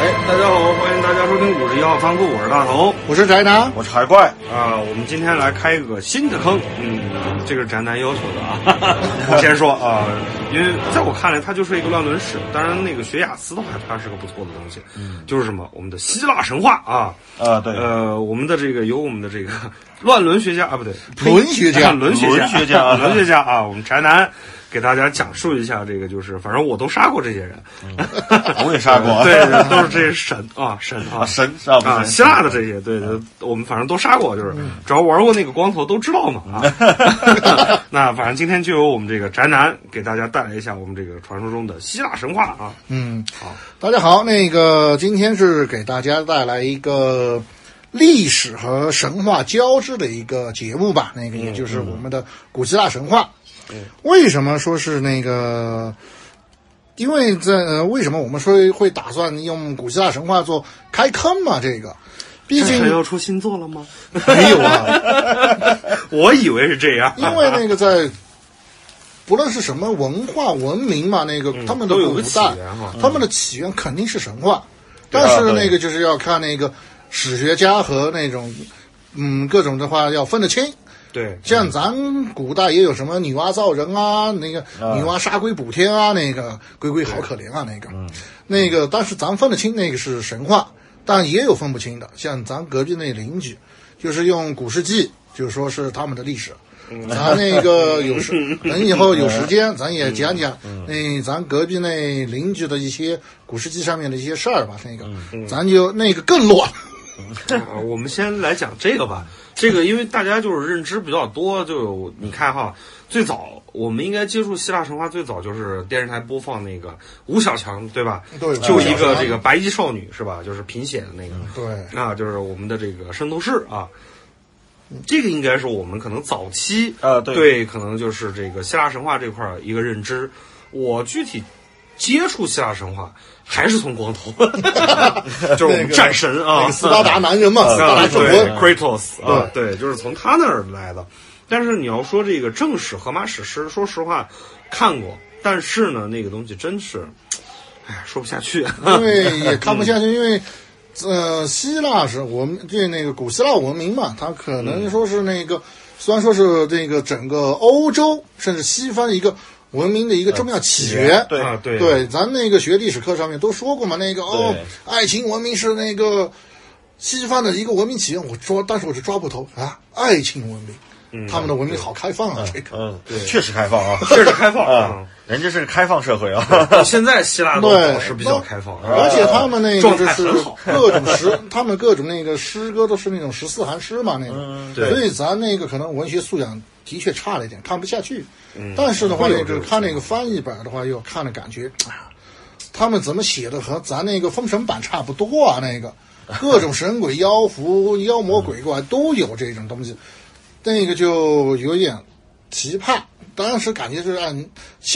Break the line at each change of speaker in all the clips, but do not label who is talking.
哎大家好，欢迎大家收听五十一号仓库，我是大头
我是宅男，
我是海怪，
啊。我们今天来开一个新的坑，嗯，这个是宅男要求的啊。 我先说啊，因为在我看来，它就是一个乱伦史。当然，那个学雅思的话，它是个不错的东西，就是什么我们的希腊神话啊，
嗯啊，对，
呃，我们的这个有我们的这个 乱伦学家啊，不对，
文学家
伦学家，
伦学家 啊
伦学家啊，我们宅男给大家讲述一下这个，就是反正我都杀过这些人，
我也杀过 啊，
对，都是这些神啊神啊
啊，神是吧？
啊，
不
希
是，
腊的这些，对，
嗯
对我们反正都杀过，就是只要玩过那个光头都知道嘛啊。 那反正今天就由我们这个宅男给大家带来一下我们这个传说中的希腊神话啊。
嗯，
好，
大家好，那个今天是给大家带来一个历史和神话交织的一个节目吧，那个也就是我们的古希腊神话。为什么说是那个？因为在、呃、为什么我们说会打算用古希腊神话做开坑嘛？这个，毕
这
竟
还要出新作了吗？
没有啊，
我以为是这 样，
因为那个在不论是什么文化文明嘛，那个他们的
嗯都有
古
个起
代，
源哈。
他们的起源肯定是神话，
对啊
但是那
对
个就是要看那个史学家和那种，嗯，各种的话要分得清。
对，
像咱古代也有什么女娲造人啊，那个
啊
女娲杀龟补天啊，那个龟龟好可怜啊，那个，那个，但是咱分得清那个是神话，但也有分不清的，像咱隔壁那邻居，就是用古世纪，就是说是他们的历史。咱那个有时，等以后有时间，咱也讲讲那咱隔壁那邻居的一些古世纪上面的一些事儿吧。那个，咱就那个更乱。
啊，我们先来讲这个吧。这个因为大家就是认知比较多，就有你看哈，最早我们应该接触希腊神话，最早就是电视台播放那个吴小强，对吧？
对
就一个
吴小强嗯
这个白衣少女是吧？就是贫血的那个。
对，
啊，就是我们的这个圣斗士啊，这个应该是我们可能早期
啊
对
对
可能就是这个希腊神话这块儿一个认知。我具体接触希腊神话还是从光头， 就是我们战神
那
啊
个，斯巴达男人嘛，斯巴达
啊，
主
对
文。
，Kratos 啊，对，就是从他那儿来的。但是你要说这个正史《荷马史诗》，说实话看过，但是呢，那个东西真是，哎，说不下去。
因为也看不下去，因为呃，希腊是我们对那个古希腊文明嘛，它可能说是那个、虽然说是这个整个欧洲甚至西方的一个文明的一个重要起源。
对
啊，对
对，咱那个学历史课上面都说过嘛，那个哦，爱情文明是那个西方的一个文明起源。我抓，但是我是抓不头啊，爱情文明，他们的文明好开放啊，这个。
嗯，确实开放啊，
确实开放
啊
啊。，
人家是个开放社会啊，
现在希腊都
对
保持比较开放，啊
而且他们那个
状
就
态
是
很好
各种诗，他们各种那个诗歌都是那种十四行诗嘛，那种，
嗯对
所以咱那个可能文学素养的确差了一点，看不下去。
嗯
但是的话，
会有
那
这
个
种
看那个翻译版的话，又看了感觉，啊他们怎么写的和咱那个封神版差不多啊？那 个各种神鬼妖符、妖魔鬼怪都有这种东西，那个就有点奇葩。当时感觉是按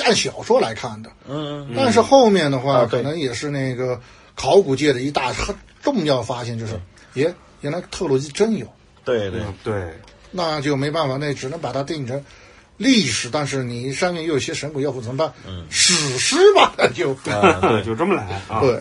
按小说来看的，
嗯，
但是后面的话，
啊
可
对
能也是那个考古界的一大很重要发现，
嗯
就是，耶，原来特洛伊真有，
对对，
嗯对，
那就没办法，那只能把它定成历史。但是你上面又有些神鬼妖狐怎么办？史诗吧，那就
啊对，
呃就这么来啊。
对。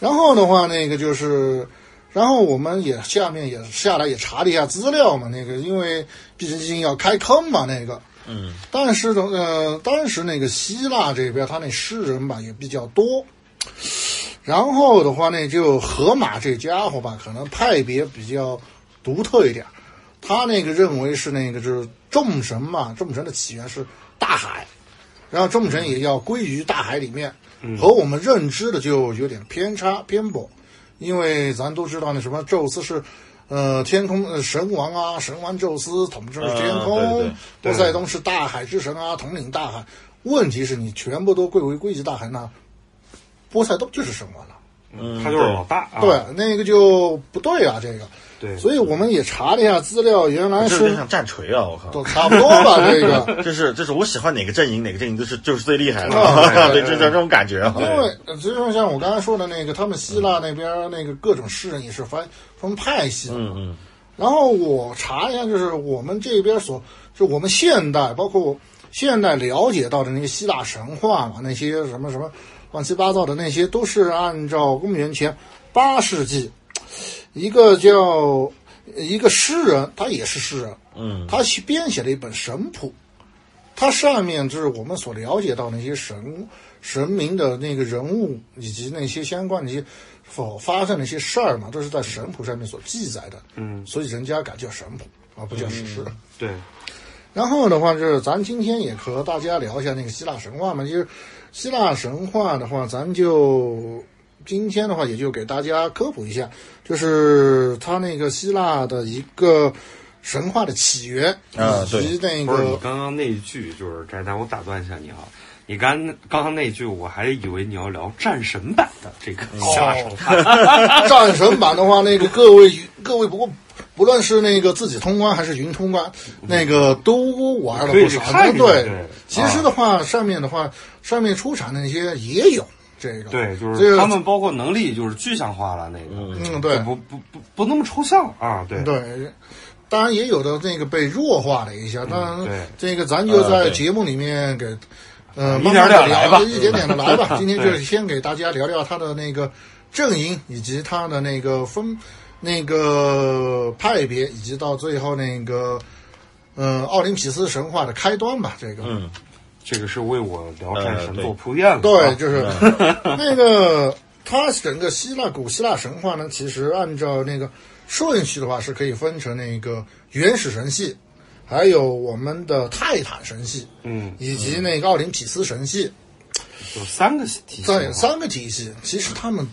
然后的话，那个就是，然后我们也下面也下来也查了一下资料嘛，那个因为毕竟要开坑嘛，那个。
嗯，
但是呢，呃，当时那个希腊这边他那诗人吧也比较多，然后的话呢，就荷马这家伙吧，可能派别比较独特一点，他那个认为是那个就是众神嘛，众神的起源是大海，然后众神也要归于大海里面，
嗯
和我们认知的就有点偏差偏颇，因为咱都知道那什么宙斯是。呃，天空呃神王啊，神王宙斯统治着天空，
啊对对
波塞冬是大海之神啊，统领大海。问题是你全部都归为归集大海，那波塞冬就是神王了。
嗯，
他就是老大啊。
对，那个就不对啊，这个。
对
所以我们也查了一下资料，原来
对，这有点
是
像战锤啊，我靠。
都差不多 吧，这个。
这是这是我喜欢哪个阵营哪个阵营就是就是最厉害的
啊，
对，就这种感觉啊，
因为呃就像像我刚才说的那个，他们希腊那边那个各种诗人也是分分派系的。嗯嗯。然后我查一下，就是我们这边所，就我们现代，包括现代了解到的那些希腊神话嘛，那些什么什么乱七八糟的那些，都是按照公元前800八世纪，一个叫一个诗人，他也是诗人，
嗯，
他写编写了一本神谱，它上面就是我们所了解到那些神神明的那个人物以及那些相关的一些所发生的一些事儿嘛，都是在神谱上面所记载的，嗯，所以人家敢叫神谱而不叫史诗。
对，
然后的话，就是咱今天也和大家聊一下那个希腊神话嘛。就是希腊神话的话，咱就今天的话也就给大家科普一下，就是它那个希腊的一个神话的起源
啊对
以及那
不是你
个
刚刚那一句，就是宅男，我打断一下你啊。你刚刚刚那一句，我还以为你要聊战神版的这个
哦
下手，
战神版的话，那个各位各位不过。不论是那个自己通关还是云通关，那个都玩了
可以
不少
去。看一看
对
对，
其实的话，上面的话，上面出产的那些也有这个。
对，就
这
是
个
他们包括能力就是具象化了那个，
嗯，对，
不不不不那么抽象啊，对
对，当然也有的那个被弱化了一下，当
嗯对
然这个咱就
呃
在
对
节目里面给。呃，
一
慢
点
慢
点
地聊
来吧
一点点的 来吧。今天就是
对
先给大家聊聊他的那个阵营，以及他的那个分、那个派别，以及到最后那个呃奥林匹斯神话的开端吧。这个，
嗯，
这个是为我聊
呃
战神
对
做铺垫了，
啊
啊
对，就是 那个它整个希腊古希腊神话呢，其实按照那个顺序的话，是可以分成那个原始神系，还有我们的泰坦神系，
嗯，
以及那个奥林匹斯神系，
有三个
嗯
体系嘛，
这三个体系，其实他们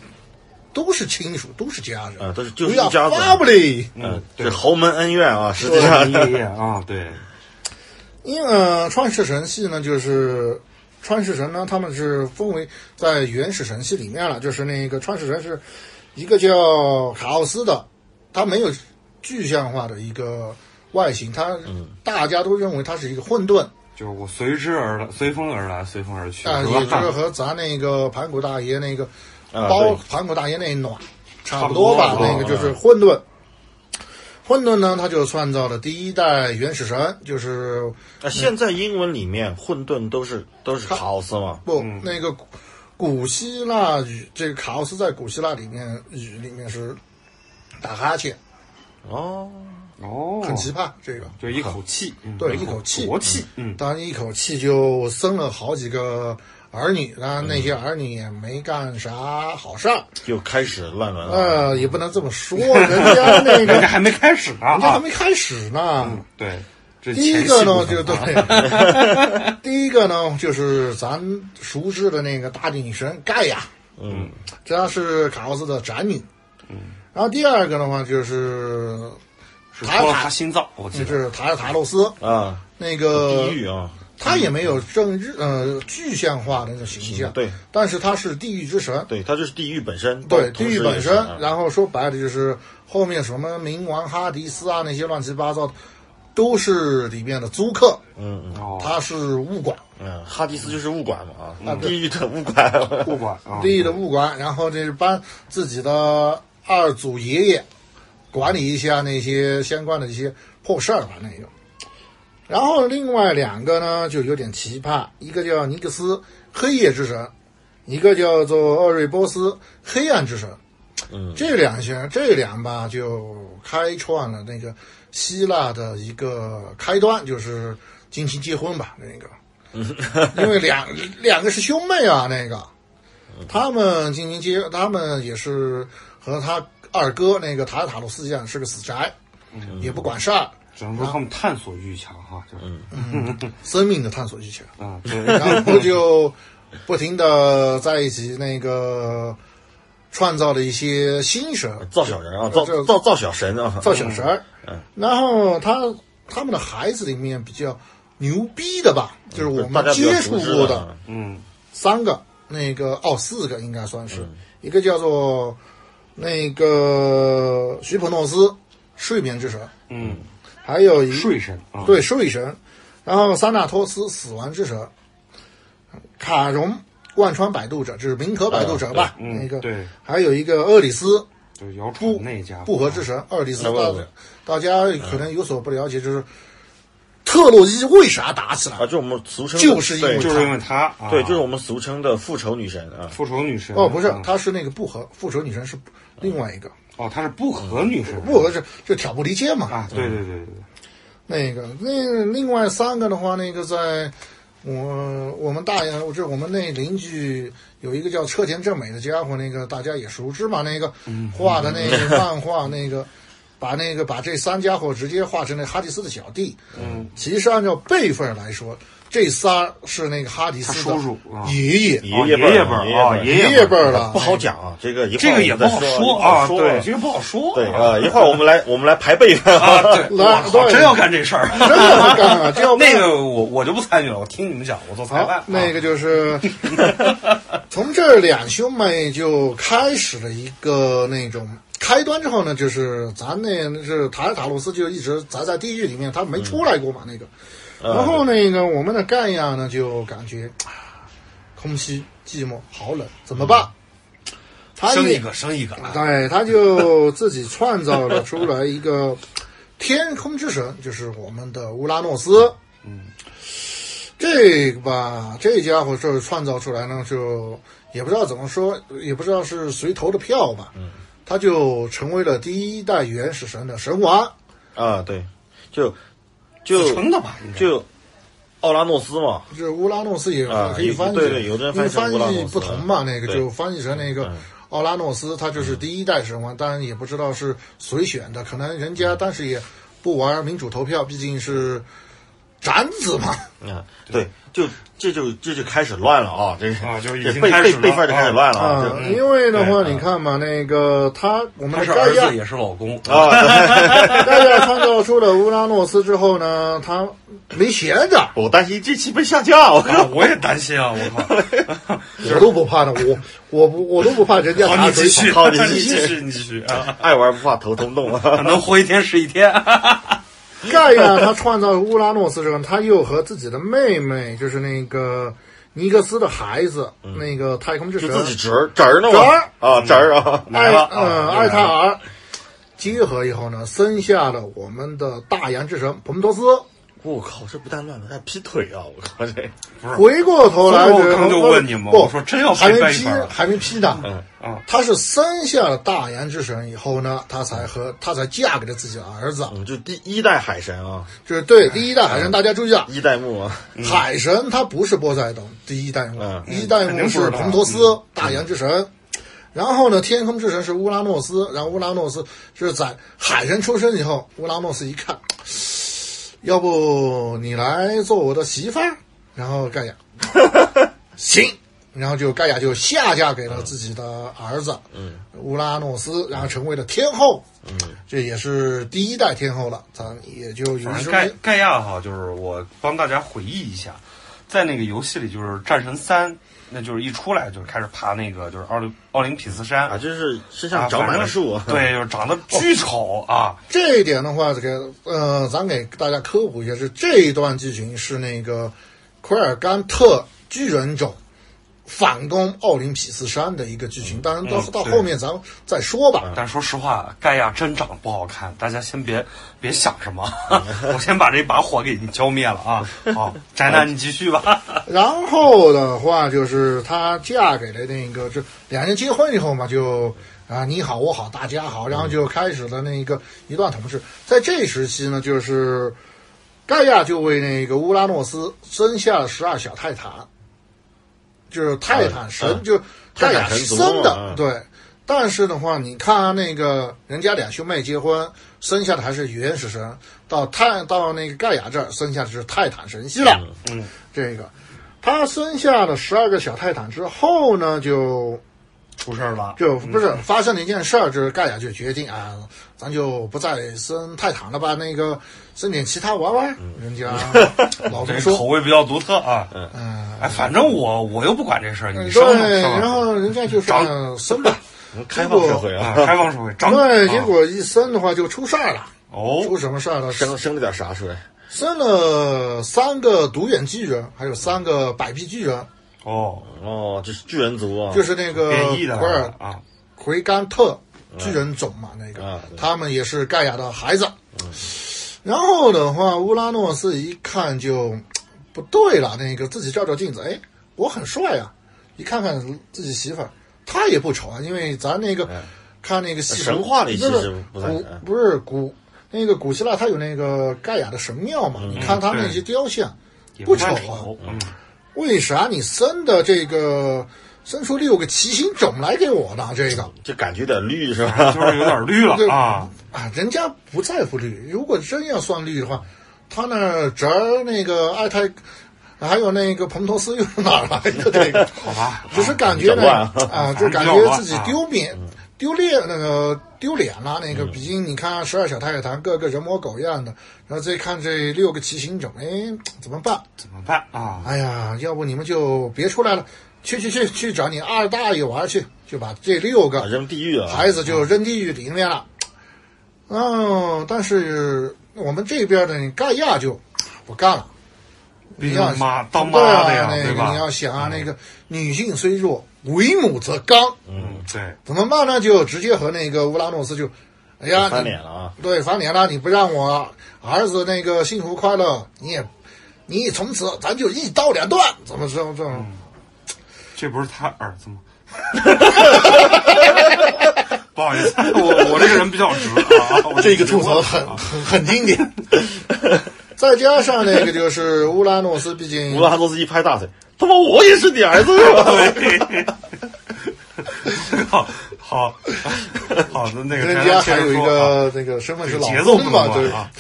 都是亲属，都是家人，
啊都是就是一
We are
家子
family。
嗯
嗯，
对
这豪门恩怨啊，实际
对
上
爷爷啊，对，
因为呃，创世神系呢，就是创世神呢，他们是分为在原始神系里面了，就是那个创世神是一个叫卡奥斯的，他没有具象化的一个外形，他大家都认为他是一个混沌啊、
就是我随之而来，随风而来，随风而去，是
也就是
吧？
啊和咱那个盘古大爷那个呃
啊
包
对
盘古大爷那一暖差
差不
不多
多
吧，
吧
那个就是混沌。混沌呢，他就创造了第一代原始神，就是
啊，现在英文里面混沌都是都是卡奥斯嘛，
不，
嗯
那个古古希腊语，这个卡奥斯在古希腊里面语里面是打哈欠，
哦，
哦，
很奇葩。这个，
就一口气，嗯
对
一
一口气
浊气，嗯，
当一口气就生了好几个儿女，当
嗯
然那些儿女也没干啥好事
哦
儿，
又开始乱伦了。
呃，也不能这么说，人家 那个
人家还没开始呢
人家还
啊，
没开始呢
嗯。，对，这
第一
前戏
个
部
呢，
分
就
啊
对， 第一个呢就是咱熟知的那个大地女神盖亚，
嗯，
她是卡奥斯的长女。嗯，然后第二个的话就是
是戳了
塔塔
他心脏，我记
就
得，
嗯是塔尔塔洛斯
啊，
那
地
个，
狱啊，
他也没有正日呃具象化的那个形象，
对，
但是他是地狱之神，
对，它就是地狱本身，
对，地
同
狱
时
本
也是
身，
啊
然后说白了就是后面什么冥王哈迪斯啊那些乱七八糟的，都是里面的租客，
嗯嗯
哦，
他是物管，
嗯，哈迪斯就是物管嘛啊，
对
地狱的物管，
不管啊，
地狱的物管，然后这是帮自己的二祖爷爷管理一下那些相关的一些破事儿吧，那个。然后另外两个呢就有点奇葩，一个叫尼克斯黑夜之神，一个叫做厄瑞波斯黑暗之神。
嗯，
这两项这两吧就开创了那个希腊的一个开端，就是近亲结婚吧，那个。因为两两个是兄妹啊，那个，他们进行接，他们也是和他二哥那个塔尔塔罗斯一样，是个死宅，
嗯
也不管事儿，
只能说他们探索欲强哈，就是嗯
生命的探索欲 求，
啊，对，
然后就不停的在一起那个创造了一些新神，
造小人啊，造
这
造造小神啊，
造小神儿，然后他他们的孩子里面比较牛逼的吧，就是我
嗯大
们
家比较
接触
熟知
过的，
啊，
嗯，
三个，那个哦，四个应该算是、一个叫做那个徐普诺斯睡眠之神，
嗯，
还有一
睡神啊，
对睡神，然后桑纳托斯死亡之神，卡戎贯穿摆渡者，就是冥河摆渡者吧，
嗯
那个、
对，
还有一个厄里斯
就是姚楚那家啊
不和之神，厄里斯大
哎喂喂
大家可能有所不了解，就是。特洛伊为啥打起来？
嗯
啊，就我们俗称的
就是因为
对
就是因为他，啊
对，就是我们俗称的复仇女神啊，
复仇女神
哦，不是
嗯，
她是那个不和复仇女神是另外一个
哦，她是不和女神，
不和是嗯就挑拨离间嘛。
啊，对对对对对，
那个那另外三个的话，那个在我我们大爷，我这我们那邻居有一个叫车田正美的家伙，那个大家也熟知嘛，那个
嗯
画的 那个漫画那个。把那个把这三家伙直接画成那哈迪斯的小弟，嗯，其实按照辈分来说，这仨是那个哈迪
他
斯的
叔叔啊
爷爷，
哦
爷
爷
辈
辈
儿
儿
啊
啊
爷
爷
爷辈 儿了，
不好讲啊，这个一会
这
儿
个也
我
不
们再
好
说
啊，
说
对，这个不好说，
对啊，一会儿我们来我们来排辈分
啊，
啊，
对，
来
哇靠
对
真要干这事儿，
真的不干 啊，这要
那个我我就不参与了，我听你们讲，我做裁判啊
好，。那个就是 从这儿两兄妹就开始了一个那种开端之后呢，就是咱那是塔尔塔罗斯就一直宅在地狱里面，他没出来过嘛、那个。然后那个我们的盖亚呢就感觉啊空虚、寂寞、好冷，怎么办？嗯他
生
也
一个生一个，啊
对，哎他就自己创造了出来一个天空之神，就是我们的乌拉诺斯。嗯，这个吧，这家伙就是创造出来呢，就也不知道怎么说，也不知道是谁投的票吧。嗯，他就成为了第一代原始神的神王。
啊，对，就就
自成的吧，应该
就奥拉诺斯嘛，
这乌拉诺斯也
啊
可以翻译，
对对有的人
因为
翻译成乌拉诺斯
译不同嘛，那个
对嗯
就翻译成那个奥拉诺斯，他就是第一代神王，当然也不知道是谁选的，可能人
嗯
家当时也不玩民主投票，毕竟是长子嘛。
啊，对，就这就这就开始乱了啊，这
啊就已
这
经
辈
开
辈
始了
辈分就开始乱了
啊，
这
因为的话，
对啊
你看嘛，那个他我们
他
的
是
盖
儿
亚
子也是老公，
啊，
盖亚创造出了乌拉诺斯之后呢，他没闲着，
我担心这期被下架，我
啊我也担心啊，我靠！
我都不怕呢，我我不我都不怕人家
好，
打
你
水
继续，
好你继
继
续
续，你继续啊！
爱玩不怕头痛动啊。
能活一天是一天，啊
盖亚他创造乌拉诺斯之后，他又和自己的妹妹，就是那个尼克斯的孩子，
嗯
那个太空之
就
神
自己侄儿侄儿呢
侄
嘛
儿
啊侄儿啊，
来
艾
了
呃
啊
艾塔尔结合以后呢，生下了我们的大洋之神彭托斯。
我靠，这不但乱了，还劈腿啊！我靠，这
回过头来，
所以我刚就问你嘛
不
我说真要
还没
配在一啊
批
块儿了
还没批呢。
啊
他是生下了大洋之神以后呢，他才和他才嫁给了自己的儿子，
嗯
我们就第一代海神啊，
就是对第一代海神，大家注意啊，
一代目啊，
嗯
海神他不是波塞冬第一代目
嗯，
一代
肯
目
定不
是
是他
彭托斯大洋之神，然后呢，天空之神是乌拉诺斯，然后乌拉诺斯是在海神出生以后，乌拉诺斯一看，要不你来做我的媳妇儿，然后盖亚， 行。然后就盖亚就下嫁给了自己的儿子，嗯，乌拉诺斯，然后成为了天后，嗯，这也是第一代天后了，咱也就有
反正
时候
盖盖亚哈，就是我帮大家回忆一下，在那个游戏里，就是《战神三》，那就是一出来就是开始爬那个就是奥林奥林匹斯山
啊，
啊，
真是身上长满了树啊
反，正对，就是长得巨丑啊，
这一点的话，这个呃，咱给大家科普一下，是这一段剧情是那个奎尔甘特巨人种反攻奥林匹斯山的一个剧情，当然到、
嗯
到
对
后面咱们再说吧。
但说实话，盖亚真长得不好看，大家先别别想什 么，我先把这把火给你浇灭了啊！好，宅男你继续 吧。
然后的话，就是她嫁给了那个，就两人结婚以后嘛，就啊你好我好大家好，然后就开始了那个啊一段统治。在这时期呢，就是盖亚就为那个乌拉诺斯生下了十二小泰坦，就是泰坦神，
嗯嗯
就是盖亚
泰坦
是
神族
生
嘛
啊
的，
嗯
对。但是的话，你看、那个人家两兄妹结婚生下的还是原始神，到泰到那个盖亚这儿生下的是泰坦神系了。
嗯
这个，他生下了十二个小泰坦之后呢，就
出事儿了，
就不是发生了一件事儿，就是盖亚就决定啊，咱就不再生泰坦了吧，那个生点其他玩玩。人 家老
嗯这
这
口
说，
味比较独特啊。
嗯，
哎，反正我我又不管这事儿，你
对
生吧，生吧
然后人家就说嗯生吧，
开放社会
啊，
啊，
开放社会，长
对，结
啊
果一生的话就出事儿了。
哦
出，什么事儿了？生
生生了点啥出来？
生了三个独眼巨人，还有三个百臂巨人，
哦，
哦，这是巨人族啊，
呃就是那个
变异的
奎尔
啊，
奎甘特巨人种嘛，那个
啊对
他们也是盖亚的孩子。然后的话，乌拉诺斯一看就不对了，那个自己照照镜子，哎，我很帅啊！一看看自己媳妇儿，她也不丑啊，因为咱那个、看那个戏
哎神话里其
不是
实不太
古
嗯
不是古那个古希腊，它有那个盖亚的神庙
嗯
嘛，你看它那些雕像
也
不
太
丑啊，
丑，嗯，
为啥你生的这个生出六个畸形种来给我呢？这个
就感觉有点绿是吧？
就是有点绿了
对
啊，
啊，人家不在乎绿，如果真要算绿的话，他那儿折儿那个艾泰，还有那个蓬托斯又是哪儿来的这个？
好吧，
只是感觉呢
啊
啊，就感觉自己丢面、丢脸那个丢脸了。那个毕竟你看十二小太阳坛个个人模狗样的，然后再看这六个骑行种，哎，怎么办？
怎么办啊？
哎呀，要不你们就别出来了，去去去去找你二大爷玩去，就把这六个
啊扔地狱啊！
孩子就扔地狱里面了。哦，但是我们这边的盖亚就不干了。
毕
你
竟
要
哎妈当妈的呀，
对啊那
对
个
吧
你？要想啊，那个女性虽弱，为母则刚，
嗯，对，
怎么办呢？就直接和那个乌拉诺斯就，哎呀，
翻
你
脸了啊！
对，翻脸了，你不让我儿子那个幸福快乐，你也，你从此咱就一刀两断，怎么说这种？
嗯这不是他儿子吗？ 不好意思，我我这个人比较直啊， 我
这个吐槽很很很经典。 再加上那个就是乌拉诺斯，毕竟
乌拉诺斯一拍大腿，他妈我也是你儿子是 吧？
好好好的那个，
人家还有一
接着说啊
个那个身份是老
节奏
公
不
嘛，
能
对
乱啊，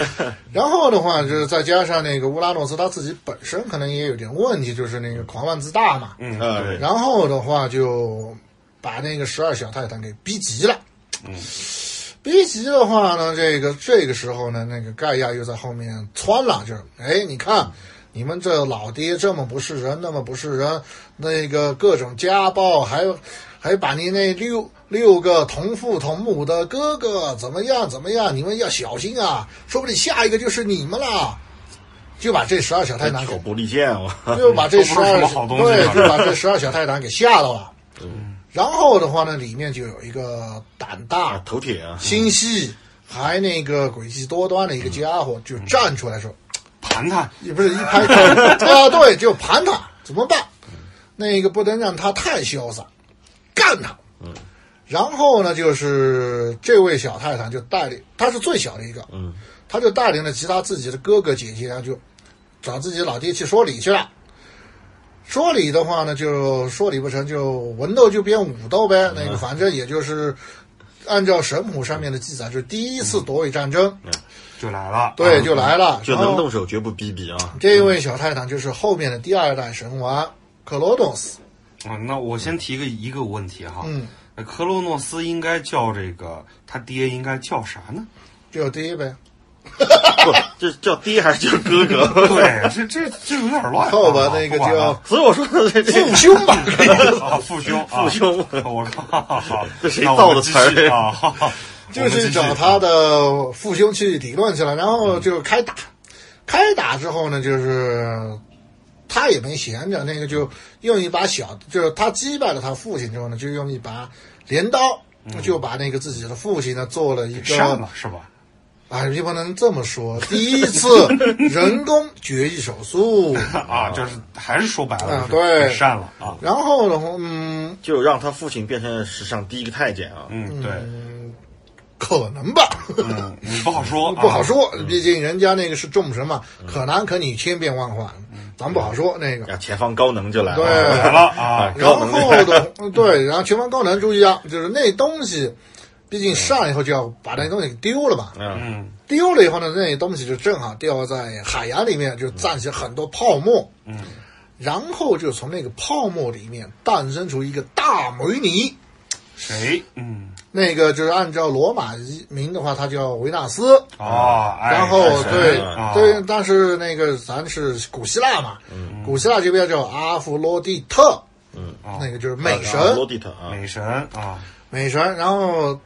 然后的话，就是再加上那个乌拉诺斯他自己本身可能也有点问题，就是那个狂妄自大嘛。
嗯，
嗯
对，
然后的话，就把那个十二小泰坦给逼急了。逼急的话呢，这个这个时候呢，那个盖亚又在后面窜了，就是哎，你看你们这老爹这么不是人，那么不是人，那个各种家暴，还有还把你那六六个同父同母的哥哥怎么样怎么样，你们要小心啊，说不定下一个就是你们了。就把这十二小太男
口
给
不利剑啊 我。
就把这十
都不是什
二
么好东西
对
啊，嗯
就把这十二小泰坦给吓到了。然后的话呢，里面就有一个胆
啊
大、
头铁啊！
心细，还那个诡计多端的一个家
嗯
伙，就站出来说，
盘他
也不是一拍桌 子啊，对，就盘他，怎么办？
嗯
那个不能让他太潇洒，干他。
嗯
然后呢，就是这位小泰坦就带领，他是最小的一个，
嗯，
他就带领了其他自己的哥哥姐姐啊，就找自己老爹去说理去了。说理的话呢，就说理不成就文斗就变武斗呗，那
嗯
个反正也就是按照神谱上面的记载，就是第一次夺位战争，
就来了，
对，
嗯啊
就来了，
就
然后
能动手绝不逼逼啊！
这一位小泰坦就是后面的第二代神王克罗诺斯，
啊，那我先提个一个问题哈，
嗯，
克洛诺斯应该叫这个他爹应该叫啥 呢？
就第 一呗。
不，这叫爹还是叫哥哥？
对，这这这有点乱啊。
后边那个
不管了
叫
所以我说这这
父兄吧，可以
啊，父兄，啊
父兄
我靠，好
这谁
那我
造
们
的
继
词儿
续啊？哈 哈
就去找他，的父兄去理论去了，然后就开打。开打之后呢，就是他也没闲着，那个就用一把小，就是他击败了他父亲之后呢，就用一把镰刀，就把那个自己的父亲呢做了一
我们继续嗯上
个，
了是吧？
哎，也不能这么说，第一 次人工绝育手术。
啊，就是还是说白了，
啊
就是
对
给善了啊，
然后呢，嗯，
就让他父亲变成了史上第一个太监啊！
嗯，对，
可能吧，
嗯，不好说，
不好
啊，
说，毕竟人家那个是众神嘛，可男可女千变万化，
嗯
咱不好说那个。
呀，前方高能就来了，
对
来了啊
啊，
然
高
后
能就来了
的嗯对，然后前方高能注意啊，就是那东西，毕竟上以后就要把那东西给丢了嘛。
嗯，
嗯，
丢了以后呢，那东西就正好掉在海洋里面，就溅起很多泡沫。嗯，然后就从那个泡沫里面诞生出一个大梅尼，
谁？嗯，
那个就是按照罗马名的话，它叫维纳斯。
啊
哦，哎
然后
太神
对
了啊
对，但是那个咱是古希腊嘛，
嗯
古希腊这边叫阿弗洛狄特，
哦
那个就是美神，
罗蒂特啊，
美神啊，
美神。然后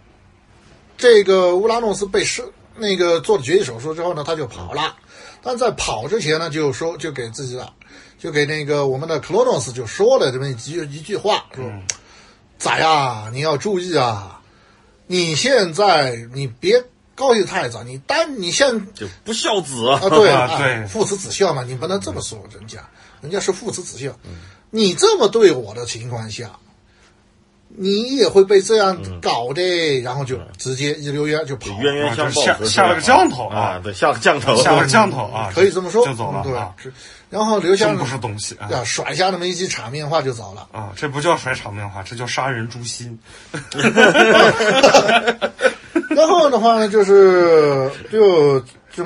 这个乌拉诺斯被射，那个做了绝育手术之后呢，他就跑了。但在跑之前呢，就说就给自己的，就给那个我们的克罗诺斯就说了这么一句一句话，说：“啊崽呀，你要注意啊，你现在你别高兴太早，你单你现
就不孝子
啊，对
啊对
父慈子孝嘛，你不能这么说人家，人家是父慈子孝。你这么对我的情况下，你也会被这样搞的，然后就直接一溜烟就跑，
冤冤相报
啊嗯
何
就
时
下下了个
了
降头啊
啊！对，下了降头，
下了降头啊，
可以这么说，
就走了
嗯对
啊，，
是然后留下
真不是东西啊
啊，甩下那么一句场面话就走了。
啊！这不叫甩场面话，这叫杀人诛心。
然后的话呢，就是就就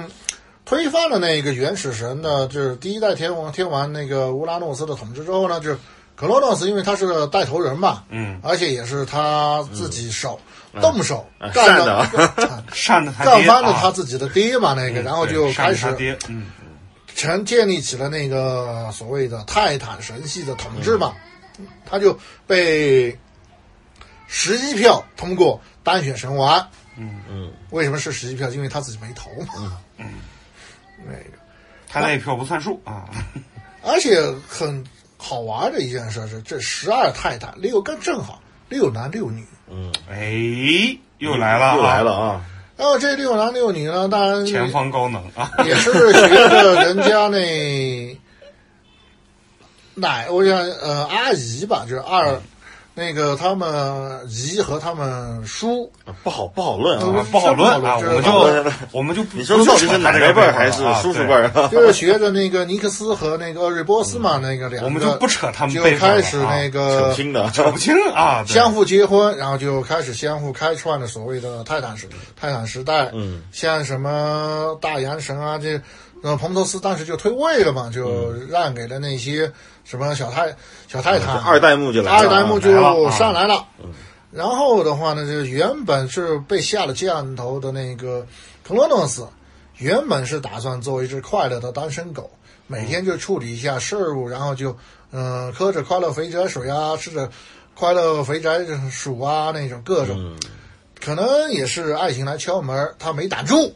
推翻了那个原始神的，就是第一代天王天王那个乌拉诺斯的统治之后呢，就是克罗诺斯，因为他是带头人嘛，
嗯，
而且也是他自己手、动手、
啊
干的，
善的
嗯 扇的他
干
爹
翻了
啊
他自己的爹嘛，那个，然后
对
就
扇
开
着他
始
爹，嗯，
成建立起了那个所谓的泰坦神系的统治嘛，他就被十一票通过单选神王。
嗯，
为什么是十一票？因为他自己没投嘛。那个，
他那一票不算数啊。
而且很好玩的一件事是，这十二泰坦六个正好六男六女。
哎，又来了，
又来了，啊！
然后这六男六女呢，当然
前方高能啊！
也是学着人家那奶，我想呃阿姨吧，就是二、那个他们姨和他们叔，
不好不好论啊
啊！不好论啊，
这
我
个
们
好论
就我们就不
你说到底是
不扯
奶
他这
奶
个
辈
辈
儿还是
啊
叔叔
对
辈儿啊？
就是学着那个尼克斯和那个厄瑞波斯嘛，那个两个
我们就不扯他们
就
辈分了啊
开始那
挺
个
拼的，
扯不清啊，对
相互结婚，然后就开始相互开创的所谓的泰坦时泰坦时代。
嗯，
像什么大洋神啊，这呃彭托斯当时就退位了嘛，就
嗯
让给了那些什么小泰小泰坦、
二代目就来了啊，
二代目
来了
就
啊
上来了。然后的话呢，就是原本是被下了降头的那个克罗诺斯，原本是打算做一只快乐的单身狗，每天就处理一下事务，然后就嗯、呃喝着快乐肥宅水啊，吃着快乐肥宅鼠啊那种各种，
嗯
可能也是爱情来敲门，他没打住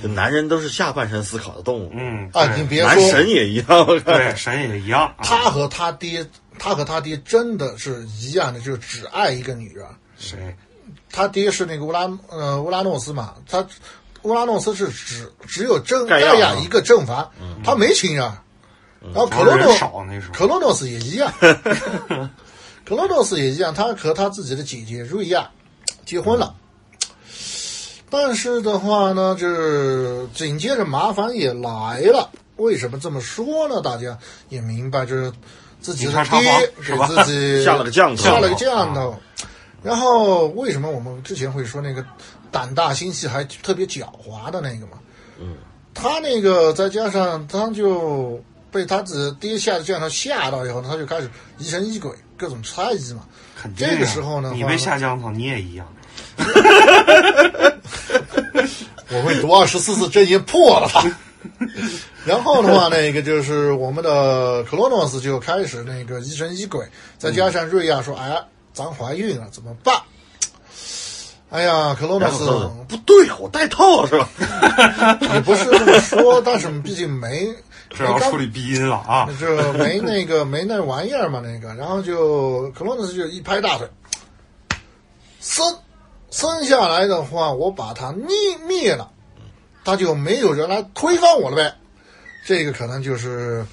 这男人都是下半身思考的动物，
呃嗯
啊！
对
你别
哎男
说，
神也一样。我看
对神也一样啊，
他和他爹，他和他爹真的是一样的，就是只爱一个女人。
谁
他爹是那个乌拉呃乌拉诺斯嘛，他乌拉诺斯是只只有正
盖
盖
亚啊
亚一个正房，他没情人。然后
主要
克罗
嗯人
诺
少那时
克
候，
罗诺斯也一 样，克罗诺斯也一样，他和他自己的姐姐瑞亚结婚了。但是的话呢，就是紧接着麻烦也来了。为什么这么说呢？大家也明白，就是自己
警
的
察查房
爹
是
给
吧
自己
下了个降头啊
下了个降头。然后为什么我们之前会说那个胆大心细还特别狡猾的那个嘛？他那个再加上他就被他自己爹下的降头吓到以后，他就开始疑神疑鬼，各种猜疑嘛。
肯定啊
这个时候呢，
你
话
被
呢
下降头，你也一样，
我会读二十四次真言破了 他。然后的话，那个就是我们的克罗诺斯就开始那个疑神疑鬼，再加上瑞亚说：“哎呀，咱怀孕了，怎么办？”哎呀，克罗诺
然后
斯，
说不对啊，我戴套是吧？
你不是这么说，但是毕竟 没
这要
没当
处理鼻音了啊，
这没那个 没那玩意儿嘛，那个，然后就克罗诺斯就一拍大腿，生生下来的话，我把他灭灭了，他就没有人来推翻我了呗。这个可能就是，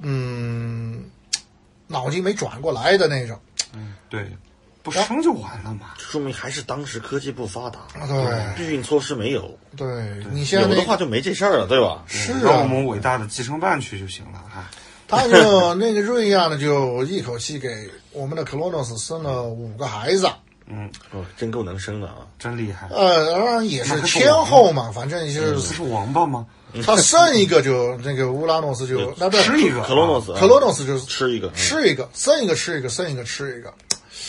嗯，脑筋没转过来的那种。
对，不生就完了嘛，
说明还是当时科技不发达，
对
避孕措施没有，
对，你
有
像那
的话就没这事儿了，对吧？
是
让我
啊，
们伟大的继承办去就行了啊。
他就那个瑞亚呢，就一口气给我们的克罗诺斯生了五个孩子。
嗯，
哦，真够能生的啊！
真厉害，
呃，当然也是先后嘛，反正就
这
是
是王八吗？
他生一个就那个乌拉诺斯就那不是
吃一个，
克罗诺斯，
克罗诺斯就是
嗯吃一个，
啊
嗯
吃一个，生一个吃一个，生一个吃一个。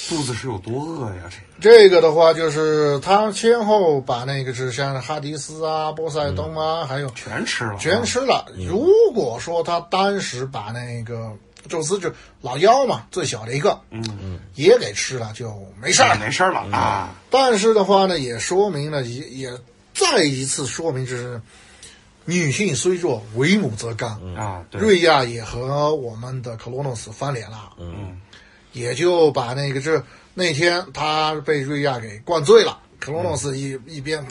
肚子是有多饿呀？这
这个的话就是他先后把那个是像哈迪斯啊、波塞冬啊，还有
全吃了，啊
全吃了。如果说他当时把那个宙斯就老妖嘛，最小的一个，嗯嗯，也给吃了，就没事儿
啊，
了。
没事儿了啊。
但是的话呢，也说明了，也也再一次说明，就是女性虽弱，为母则刚。
啊，对，
嗯瑞亚也和我们的克罗诺斯翻脸了，嗯，也就把那个这那天他被瑞亚给灌醉了，克罗诺斯一一边，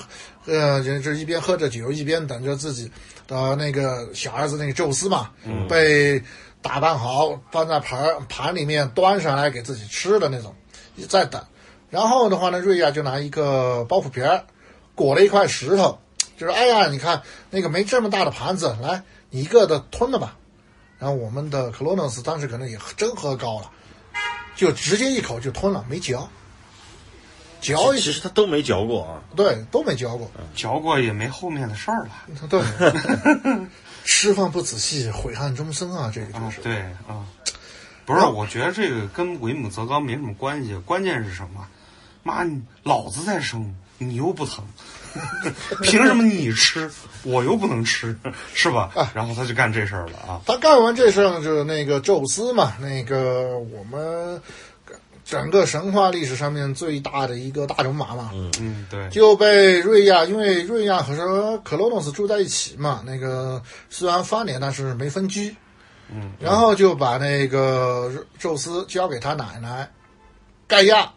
呃，这这一边喝着酒，一边等着自己的那个小儿子那个宙斯嘛，被打扮好，放在盘儿盘里面端上来给自己吃的那种，一在等。然后的话呢，瑞亚就拿一个包袱皮儿裹了一块石头，就是哎呀，你看那个没这么大的盘子，来你一个的吞了吧。然后我们的克罗诺斯当时可能也真喝高了，就直接一口就吞了，没嚼，嚼一
其实他都没嚼过啊，
对，都没嚼过。
嚼过也没后面的事儿了。
对，吃饭不仔细，悔憾终生啊！这个就
啊
是，
对啊，不是，我觉得这个跟为母则刚没什么关系，关键是什么？妈，你老子在生，你又不 疼，凭什么你吃，我又不能吃，是吧？
啊
然后他就干这事儿了啊。
他干完这事儿呢，就是那个宙斯嘛，那个我们整个神话历史上面最大的一个大种马嘛，
嗯，对，
就被瑞亚，因为瑞亚和克罗诺斯住在一起嘛，那个虽然翻脸，但是没分居。
嗯，
然后就把那个宙斯交给他奶奶盖亚，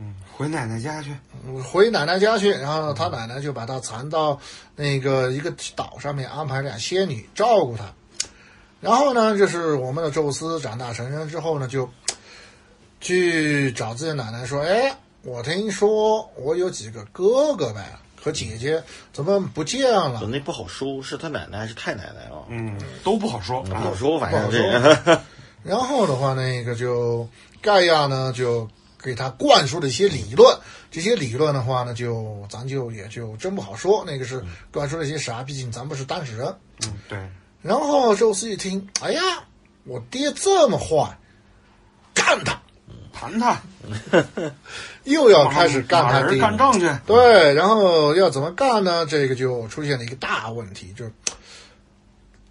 嗯，回奶奶家去。
回奶奶家去，然后他奶奶就把他藏到那个一个岛上面，安排俩仙女照顾他。然后呢，就是我们的宙斯长大成人之后呢，就去找自己奶奶说：“哎，我听说我有几个哥哥呗和姐姐，怎么不见了？
那不好说，是他奶奶还是太奶奶啊？
嗯，都不好说
不
啊
好。说，反正
不好
这
说
个
然后的话，那个就盖亚呢就给他灌输了一些理论，这些理论的话呢，就咱就也就真不好说，那个是灌输了一些啥，毕竟咱不是当事人。
嗯，对，
然后宙斯一听，哎呀，我爹这么坏，干他！
谈谈，
又要哦开始干他
俩人
爹
干仗去。
对，然后要怎么干呢？这个就出现了一个大问题，就是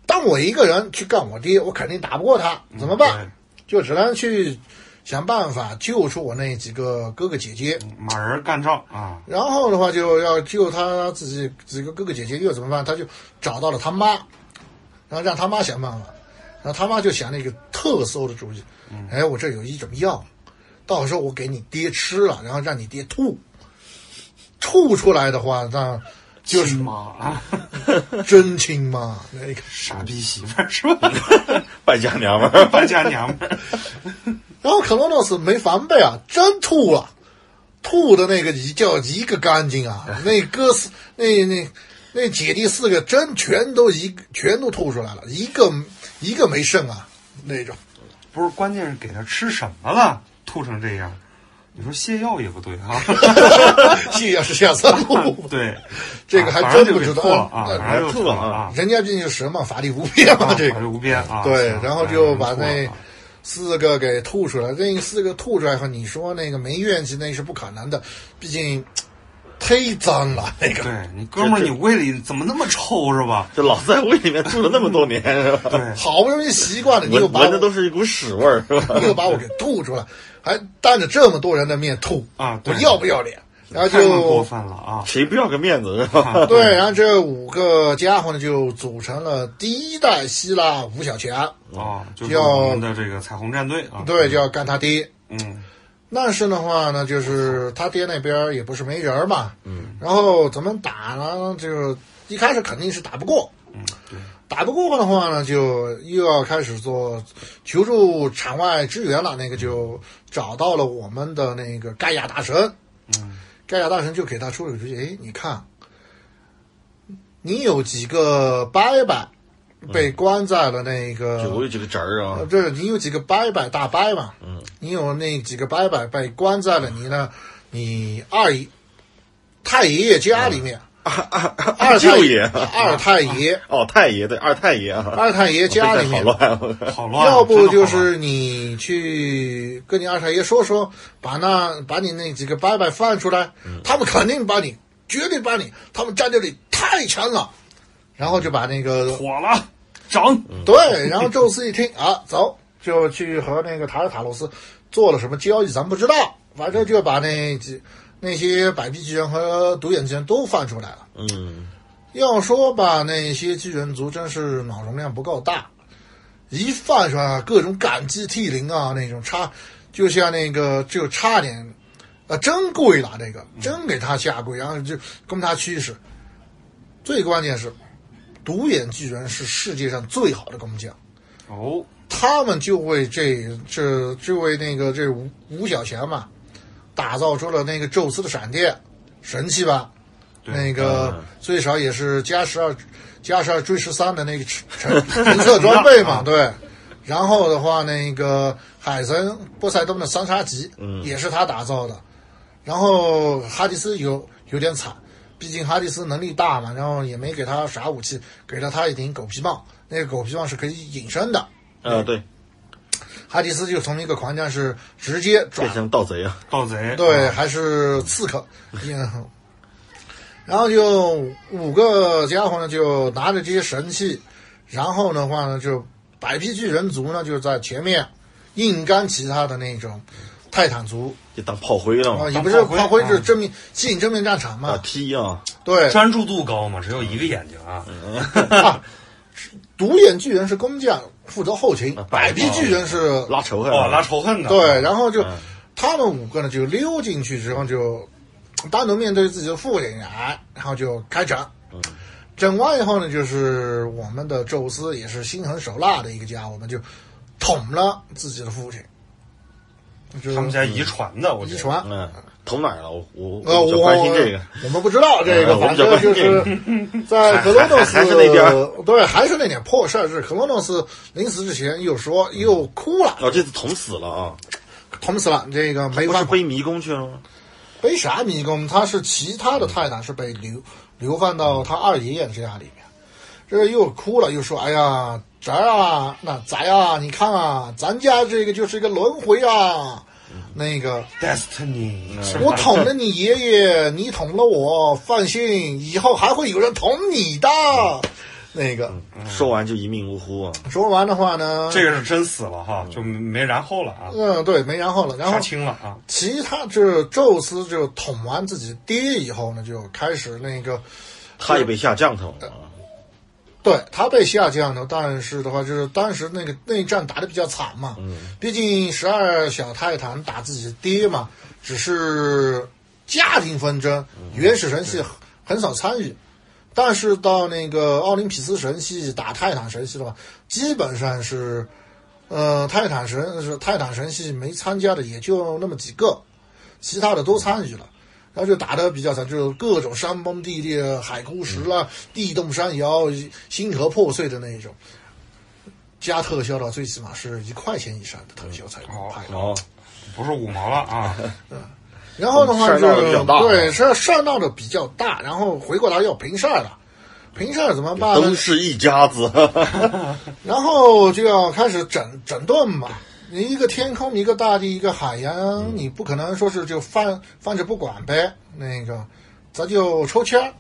当我一个人去干我爹，我肯定打不过他，怎么办？
对
就只能去想办法救出我那几个哥哥姐姐。
马人干仗啊，
然后的话就要救他自己几个哥哥姐姐，又怎么办？他就找到了他妈，然后让他妈想办法。然后他妈就想了一个特馊的主意，
嗯
哎，我这有一种药，到时候我给你爹吃了，然后让你爹吐，吐出来的话，那就是
亲妈 啊，
真亲妈那个。
傻逼媳妇儿是吧？
败家娘们儿。
败家娘们儿。
然后克罗诺斯没防备啊，真吐了，吐的那个一叫一个干净啊，那哥四那那那姐弟四个真全都一全都吐出来了，一个一个没剩啊那种。
不是，关键是给他吃什么了，吐成这样。你说泻药也不对 啊，
戏要是下三路，
对，
这个还
反
真
正就
不
给
知道
吐了啊，
嗯
反正就
吐
了
了
啊，
人家毕竟是神嘛，法力无边嘛，
啊
这
反
个
正无边啊，
对
行，
然后就把
反正
那
就吐了啊
四个给吐出来，那四个吐出来后，你说那个没怨气那是不可能的，毕竟忒脏了那个。
对你哥们儿，你胃里怎么那么臭是吧？
这老在胃里面住了那么多年，是吧？
对，
好不容易习惯了，你又
闻
把我
闻的都是一股屎味儿，是 吧？
又把我给吐出来，还当着这么多人的面吐
啊
我
对
要不要脸？然后
太他妈过
就
分了啊！
谁不要个面子，是吧？
对，然后这五个家伙呢，就组成了第一代希腊五小强，
啊，就是
要
我们的这个彩虹战队啊，
对，就要干他爹。
嗯，
但是的话呢，就是他爹那边也不是没人儿嘛，嗯，然后怎么打呢？就是一开始肯定是打不过，
嗯，对，
打不过的话呢，就又要开始做求助场外支援了。那个就找到了我们的那个盖亚大神，
嗯，
盖亚大神就给他出了个主意，哎，你看，你有几个伯伯
嗯
被关在了那个，
就我有几个侄儿啊
呃，这你有几个伯伯大伯嘛，嗯，你有那几个伯伯被关在了你呢，你二姨太爷爷家里面，二太
舅爷
二太爷。
哦，太爷对，二太爷啊，
二太爷家里面
好，乱，我靠
好乱啊，
要不
真
就
的好乱
是你去跟你二太爷说说，把那把你那几个伯伯放出来，他们肯定把你，绝对把你，他们战斗力太强了。然后就把那个
火了，涨，
对，然后宙斯一听啊，走，就去和那个塔尔塔罗斯做了什么交易，咱不知道，反正就把那几那些百臂巨人和独眼巨人都放出来了。
嗯，
要说吧，那些巨人族真是脑容量不够大，一放出来各种感激涕零啊，那种差，就像那个就差点啊，真跪了，这个真给他下跪，然后就供他驱使。最关键是，独眼巨人是世界上最好的工匠，
哦，
他们就为这这这位那个这吴吴小强嘛，打造出了那个宙斯的闪电，神器吧？
对
那个最少也是加十二加十二追十三的那个 成成测装备嘛，对。然后的话，那个海神波塞冬的三叉戟，嗯，也是他打造的。然后哈迪斯有有点惨，毕竟哈迪斯能力大嘛，然后也没给他啥武器，给了他一顶狗皮棒，那个狗皮棒是可以隐身的。
呃，对，
哈迪斯就从一个狂战士直接转
变成盗贼啊，
盗贼，
对，还是刺客。嗯然后就五个家伙呢，就拿着这些神器，然后的话呢，就百臂巨人族呢就在前面硬干其他的那种泰坦族
就哦当炮灰了
啊，
嘛，
也不是
当炮灰
炮灰，
啊
就是正面吸引正面战场
打
嘛。
踢啊，
对，
专注度高嘛，只有一个眼睛啊，
嗯独眼巨人是工匠，负责后勤；百臂巨人是
拉仇恨啊，嗯
哦，拉仇恨的，
对，然后就、他们五个呢就溜进去之后就单独面对自己的父亲，哎，然后就开整。
嗯
整完以后呢，就是我们的宙斯也是心狠手辣的一个家伙，我们就捅了自己的父亲，就是
他们家遗传的，我觉
遗
得。
传。
嗯，捅哪儿了？我我
呃，
我比较
我
关心这个，
我们不知道这个，
嗯我
反
们比较
正就
关心
是 在格罗诺斯
还还还是那点儿
对，还是那点破事儿。是格罗诺斯临死之前又说又哭了，
哦，这次捅死了啊，
捅死了，这个没
不
办
是
法。
归迷宫去了吗？
背啥迷宫？他是其他的泰坦是被流流放到他二爷爷的家里面，这个又哭了又说：“哎呀，宅啊，那宅啊，你看啊，咱家这个就是一个轮回啊。”
嗯
那个，
嗯
Destiny，是吧
我捅了你爷爷，你捅了我，放心，以后还会有人捅你的。
嗯
那个
说完就一命呜呼啊，
说完的话呢，
这个是真死了哈，就没然后了啊，
嗯，对，没然后了。然后
杀青了啊，
其他就是宙斯就捅完自己爹以后呢，就开始那个
他也被下降头了啊，
对他被下降了，但是的话就是当时那个内战打得比较惨嘛，毕竟十二小泰坦打自己爹嘛，只是家庭纷争，原始神系很少参与，但是到那个奥林匹斯神系打泰坦神系的话，基本上是，呃，泰坦神是泰坦神系没参加的也就那么几个，其他的都参与了。然后就打得比较惨，就是各种山崩地裂、海枯石烂、地动山摇、星河破碎的那一种。加特效的话最起码是一块钱以上的特效才能拍到。
哦，
不是五毛了啊，
然后的话
事儿
就
闹得比较大啊
对事儿事儿闹得比较大，然后回过来要平事儿了，平事儿怎么办
都
呢？
是一家子，
然后就要开始整整顿嘛。你一个天空，一个大地，一个海
嗯
洋，你不可能说是就放放着不管呗。那个，咱就抽签儿。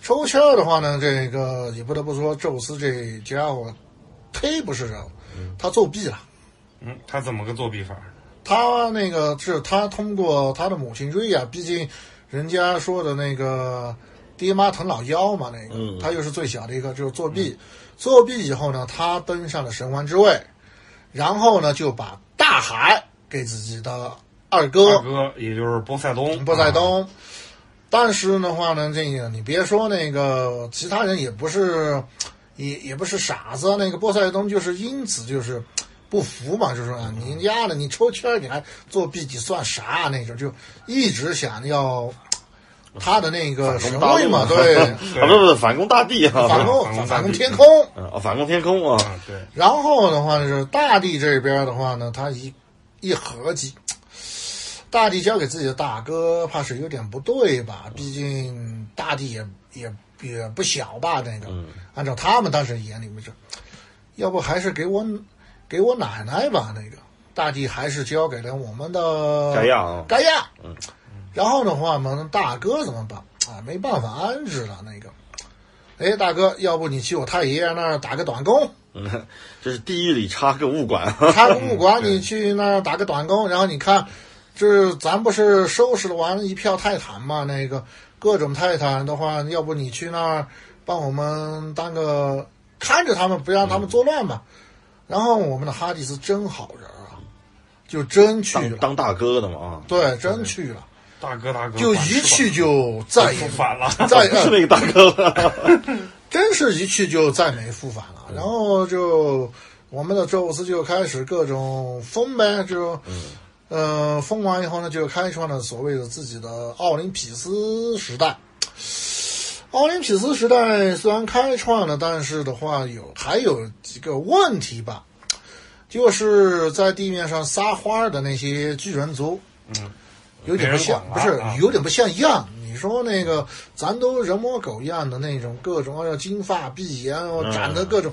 抽签儿的话呢，这个也不得不说，宙斯这家伙忒不是人，他作弊了。
嗯，他怎么个作弊法？
他那个是他通过他的母亲瑞亚，毕竟人家说的那个爹妈疼老幺嘛，那个、他又是最小的一个，就是作弊。作弊以后呢，他登上了神王之位，然后呢就把大海给自己的二哥
大哥，也就是波塞冬，
波塞
啊，
冬。但是的话呢，这个你别说那个其他人也不是，也也不是傻子。啊那个波塞冬就是因此就是不服嘛，就说啊，你丫的，你抽签儿你还作弊，你算啥啊、那种就一直想要他的那个神
大
位
陆
嘛，
嘛
对，
对
啊，不不，反攻大地啊，
反
反
攻
攻
反攻
大地
天空。
嗯啊，反攻天空啊，
啊对，
然后的话就是大地这边的话呢，他一一合计，大地交给自己的大哥，怕是有点不对吧？毕竟大地也也也不小吧？那个，按照他们当时眼里面是，要不还是给我给我奶奶吧？那个大地还是交给了我们的
盖亚啊，
该呀，嗯，然后的话，我们大哥怎么办啊？没办法安置了那个。哎，大哥，要不你去我太爷爷那儿打个短工？
嗯， 这是地狱里插个物管，
他不管你去那儿打个短工，然后你看，这咱不是收拾完一票泰坦嘛？那个各种泰坦的话，要不你去那儿帮我们当个看着他们，不让他们作乱嘛。然后我们的哈迪斯真好人啊，就真去
当嗯
了，
当大哥的嘛啊，
对，真去了，
大哥大哥，
就
管吃
一
吧
去就再
不
也
反 了。
再呃
不是那个大哥 了，
真是一去就再没复返了。然后就我们的宙斯就开始各种疯呗，就。
嗯
呃，疯完以后呢，就开创了所谓的自己的奥林匹斯时代。奥林匹斯时代虽然开创了，但是的话有还有几个问题吧，就是在地面上撒欢儿的那些巨人族，嗯，有点不像，不
没人
是
管了啊
有点不像样。你说那个，咱都人模狗样的那种，各种要金发碧眼，哦，
嗯
长得各种。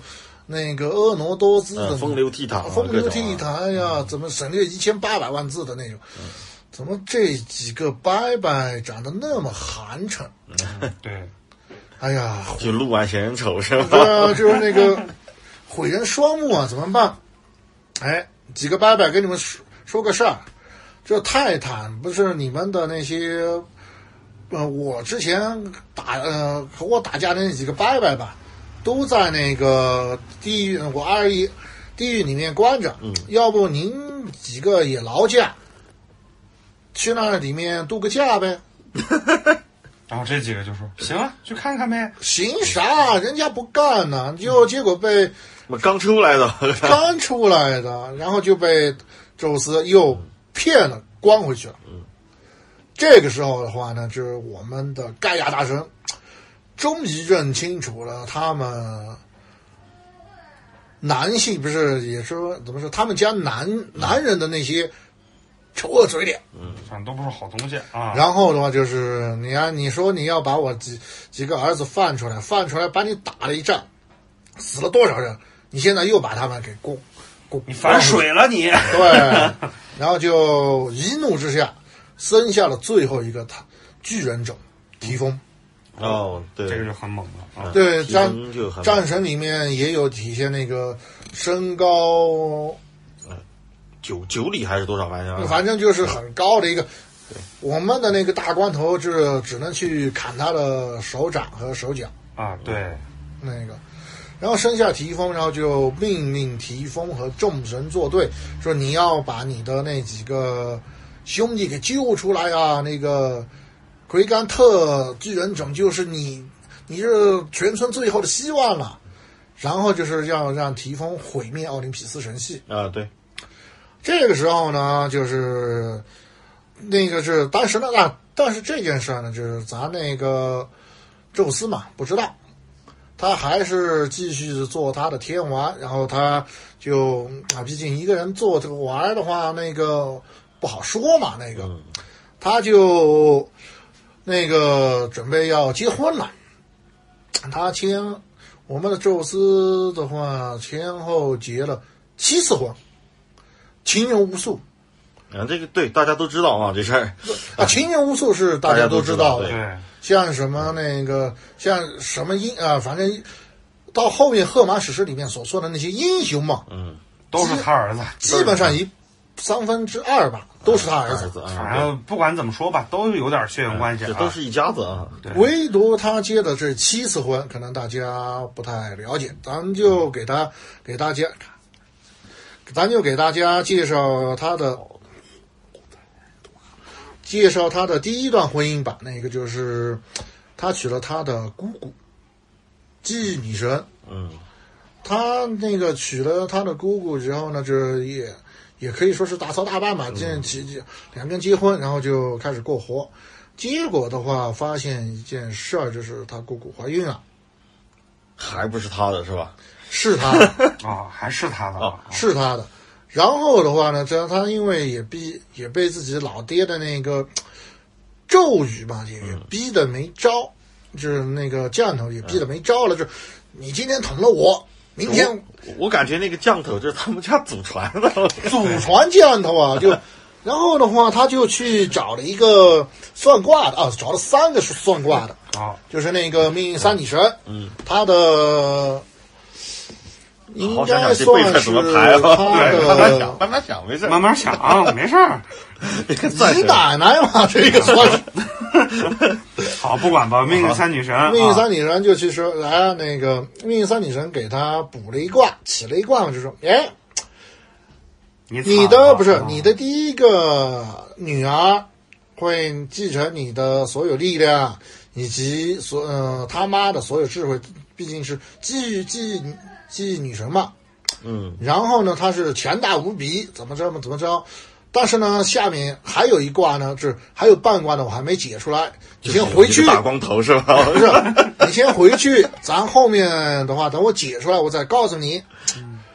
那个婀娜多姿的
嗯风流倜傥啊
风流
各种啊嗯
倜傥哎呀，怎么省略一千八百万字的那种？怎么这几个伯伯长得那么寒碜？
对，
哎呀，
就录完嫌人丑是
对
吧？
啊， 就是那个毁人双目啊，怎么办？哎，几个伯伯跟你们说说个事儿，这泰坦不是你们的那些，呃，我之前打呃和我打架的那几个伯伯吧，都在那个地狱，我二姨地狱里面关着，要不您几个也劳驾，去那里面度个假呗。
然后这几个就说行啊，去看看呗。
行啥？人家不干呢，就结果被
我刚出来的，
刚出来的，然后就被宙斯又骗了，关回去了。这个时候的话呢，就是我们的盖亚大神终于认清楚了他们男性不是也说怎么说，他们家男男人的那些丑恶嘴脸。
反正都不是好东西啊。
然后的话就是，你看、你说你要把我几几个儿子放出来，放出来把你打了一仗，死了多少人？你现在又把他们给供供，
你反水了你，
对，然后就一怒之下生下了最后一个他巨人种提丰。
哦，
这个
对
就很猛了啊。
对，
提
战
丰就很
战神里面也有体现那个身高，
九九里还是多少玩意儿？
反正就是很高的一个。我们的那个大光头就是只能去砍他的手掌和手脚，
啊，对，
那个，然后生下提丰，然后就命令提丰和众神作对，说你要把你的那几个兄弟给救出来啊！那个奎甘特巨人种就是你，你是全村最后的希望了。然后就是要让提丰毁灭奥林匹斯神系。
啊，对，
这个时候呢，就是那个是当时呢，啊，但是这件事儿呢，就是咱那个宙斯嘛，不知道，他还是继续做他的天王，然后他就啊，毕竟一个人做这个玩儿的话，那个不好说嘛，那个，他就那个准备要结婚了，他签我们的宙斯的话，前后结了七次婚。情人无数
然后这个对大家都知道啊，这事儿
啊，情人无数是大家都知道
大家都知道
对，
的，像什么那个，像什么英啊，反正到后面《荷马史诗》里面所说的那些英雄嘛，
嗯
都是他儿子。
基本上一三分之二吧都是他儿
儿
子，
子
反
啊，
正不管怎么说吧，都有点血缘关系
这
啊。
都是一家子啊。
对
唯独他结的这七次婚，可能大家不太了解，咱就给他给大家，咱就给大家介绍他的。介绍他的第一段婚姻吧，那个就是他娶了他的姑姑，妓女神。
嗯，
他那个娶了他的姑姑之后呢，就是也也可以说是大操大办吧，这结结两个人结婚，然后就开始过活。结果的话，发现一件事儿，就是他姑姑怀孕了，
还不是他的是吧？
是他 的，
啊，还是他的
哦
啊
是他的。然后的话呢，这他因为也逼也被自己老爹的那个咒语吧，也逼得没招，就是那个降头也逼得没招了，就是你今天捅了我，明天
我我感觉那个降头就是他们家祖传的，
祖传降头 啊，就，然后的话，他就去找了一个算卦的啊，找了三个是算卦的，
嗯
啊，
就是那个命运三女神，嗯，他的 应
好想
该
想这辈
算
分
是
怎么排啊？
他
对，慢慢
的
想， 慢慢想，没 事。
慢慢想，啊，没事儿。
算
你
是
奶奶嘛，这个 算是
好，不管吧，命运三女神，
命运
啊
三女神就去说，来那哎个命运三女神给他卜了一卦，起了一卦嘛，就说，哎，
你
你
惨了
的不是
啊
你的第一个女儿会继承你的所有力量，以及所呃他妈的所有智慧，毕竟是记忆记忆记忆女神嘛。
嗯，
然后呢，她是强大无比，怎么着么怎么着。但是呢，下面还有一卦呢，是还有半卦呢，我还没解出来，你先回去
你。大光头是吧？
不是，你先回去，咱后面的话等我解出来，我再告诉你。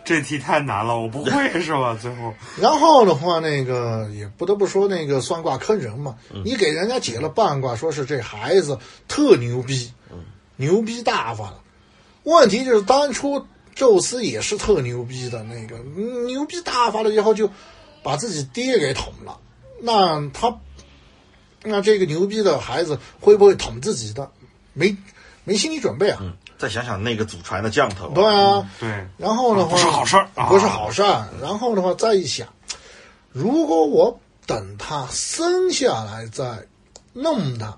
这题太难了，我不会是吧？最后
然后的话，那个也不得不说，那个算卦坑人嘛。你给人家解了半卦，说是这孩子特牛逼，牛逼大发了。问题就是当初宙斯也是特牛逼的那个，牛逼大发了以后就把自己爹给捅了。那他，那这个牛逼的孩子会不会捅自己的？没没心理准备啊。
再想想那个祖传的降头，
对啊，
嗯对，
然后的话
不是好事儿啊
不是好事儿。然后的话，再一想，如果我等他生下来再弄他，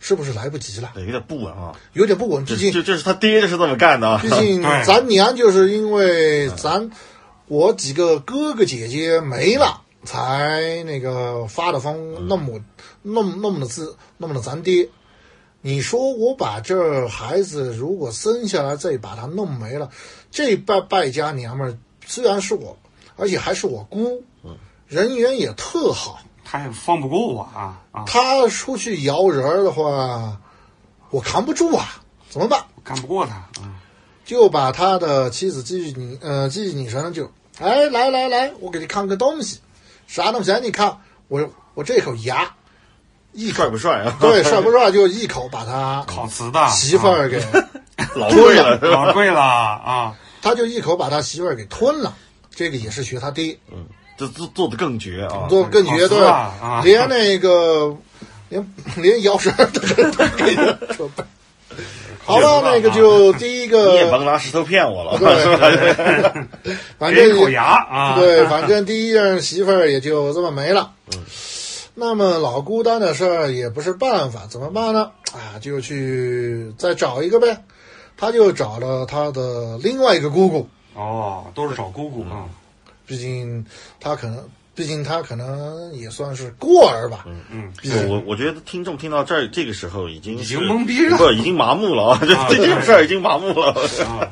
是不是来不及了？
有点不稳啊。
有点不稳，
这
毕竟
这这是他爹就是这么干的啊
毕。竟
对
咱娘就是因为咱我几个哥哥姐姐没了，才那个发的疯，弄我弄弄了自弄了咱爹。你说我把这孩子如果生下来再把他弄没了，这败败家娘们儿虽然是我，而且还是我姑，人缘也特好。
他也放不过我啊啊，
她出去摇人儿的话，我扛不住啊，怎么办？
干不过他啊。
就把他的妻子记忆女呃记忆女神就哎来来来，我给你看个东西，啥东西？哎你看我我这口牙，一口
帅不帅啊？
对帅不帅？就一口把他
烤瓷的
媳妇
啊
儿给，
老贵了是吧？
老贵了啊，
他就一口把他媳妇儿给吞了。这个也是学他爹
嗯，这做做的更绝啊！
做更绝
好
对
吃啊啊，
连那个连连摇绳儿都给都给他准备好了，那个就第一
你也甭
个，
拿石头骗我了，是吧？
对，反
给
正
一口牙啊，
对，反正第一任媳妇儿也就这么没了。
嗯
那么老孤单的事儿也不是办法，怎么办呢？啊，就去再找一个呗。他就找了他的另外一个姑姑，
哦，都是找姑姑
嗯
啊，
毕竟他可能，毕竟他可能也算是孤儿吧。
嗯，
毕
对
竟
我我觉得听众听到这儿这个时候已经已
已经懵逼了啊
不已经麻木了啊！ 这这件事儿已经麻木了。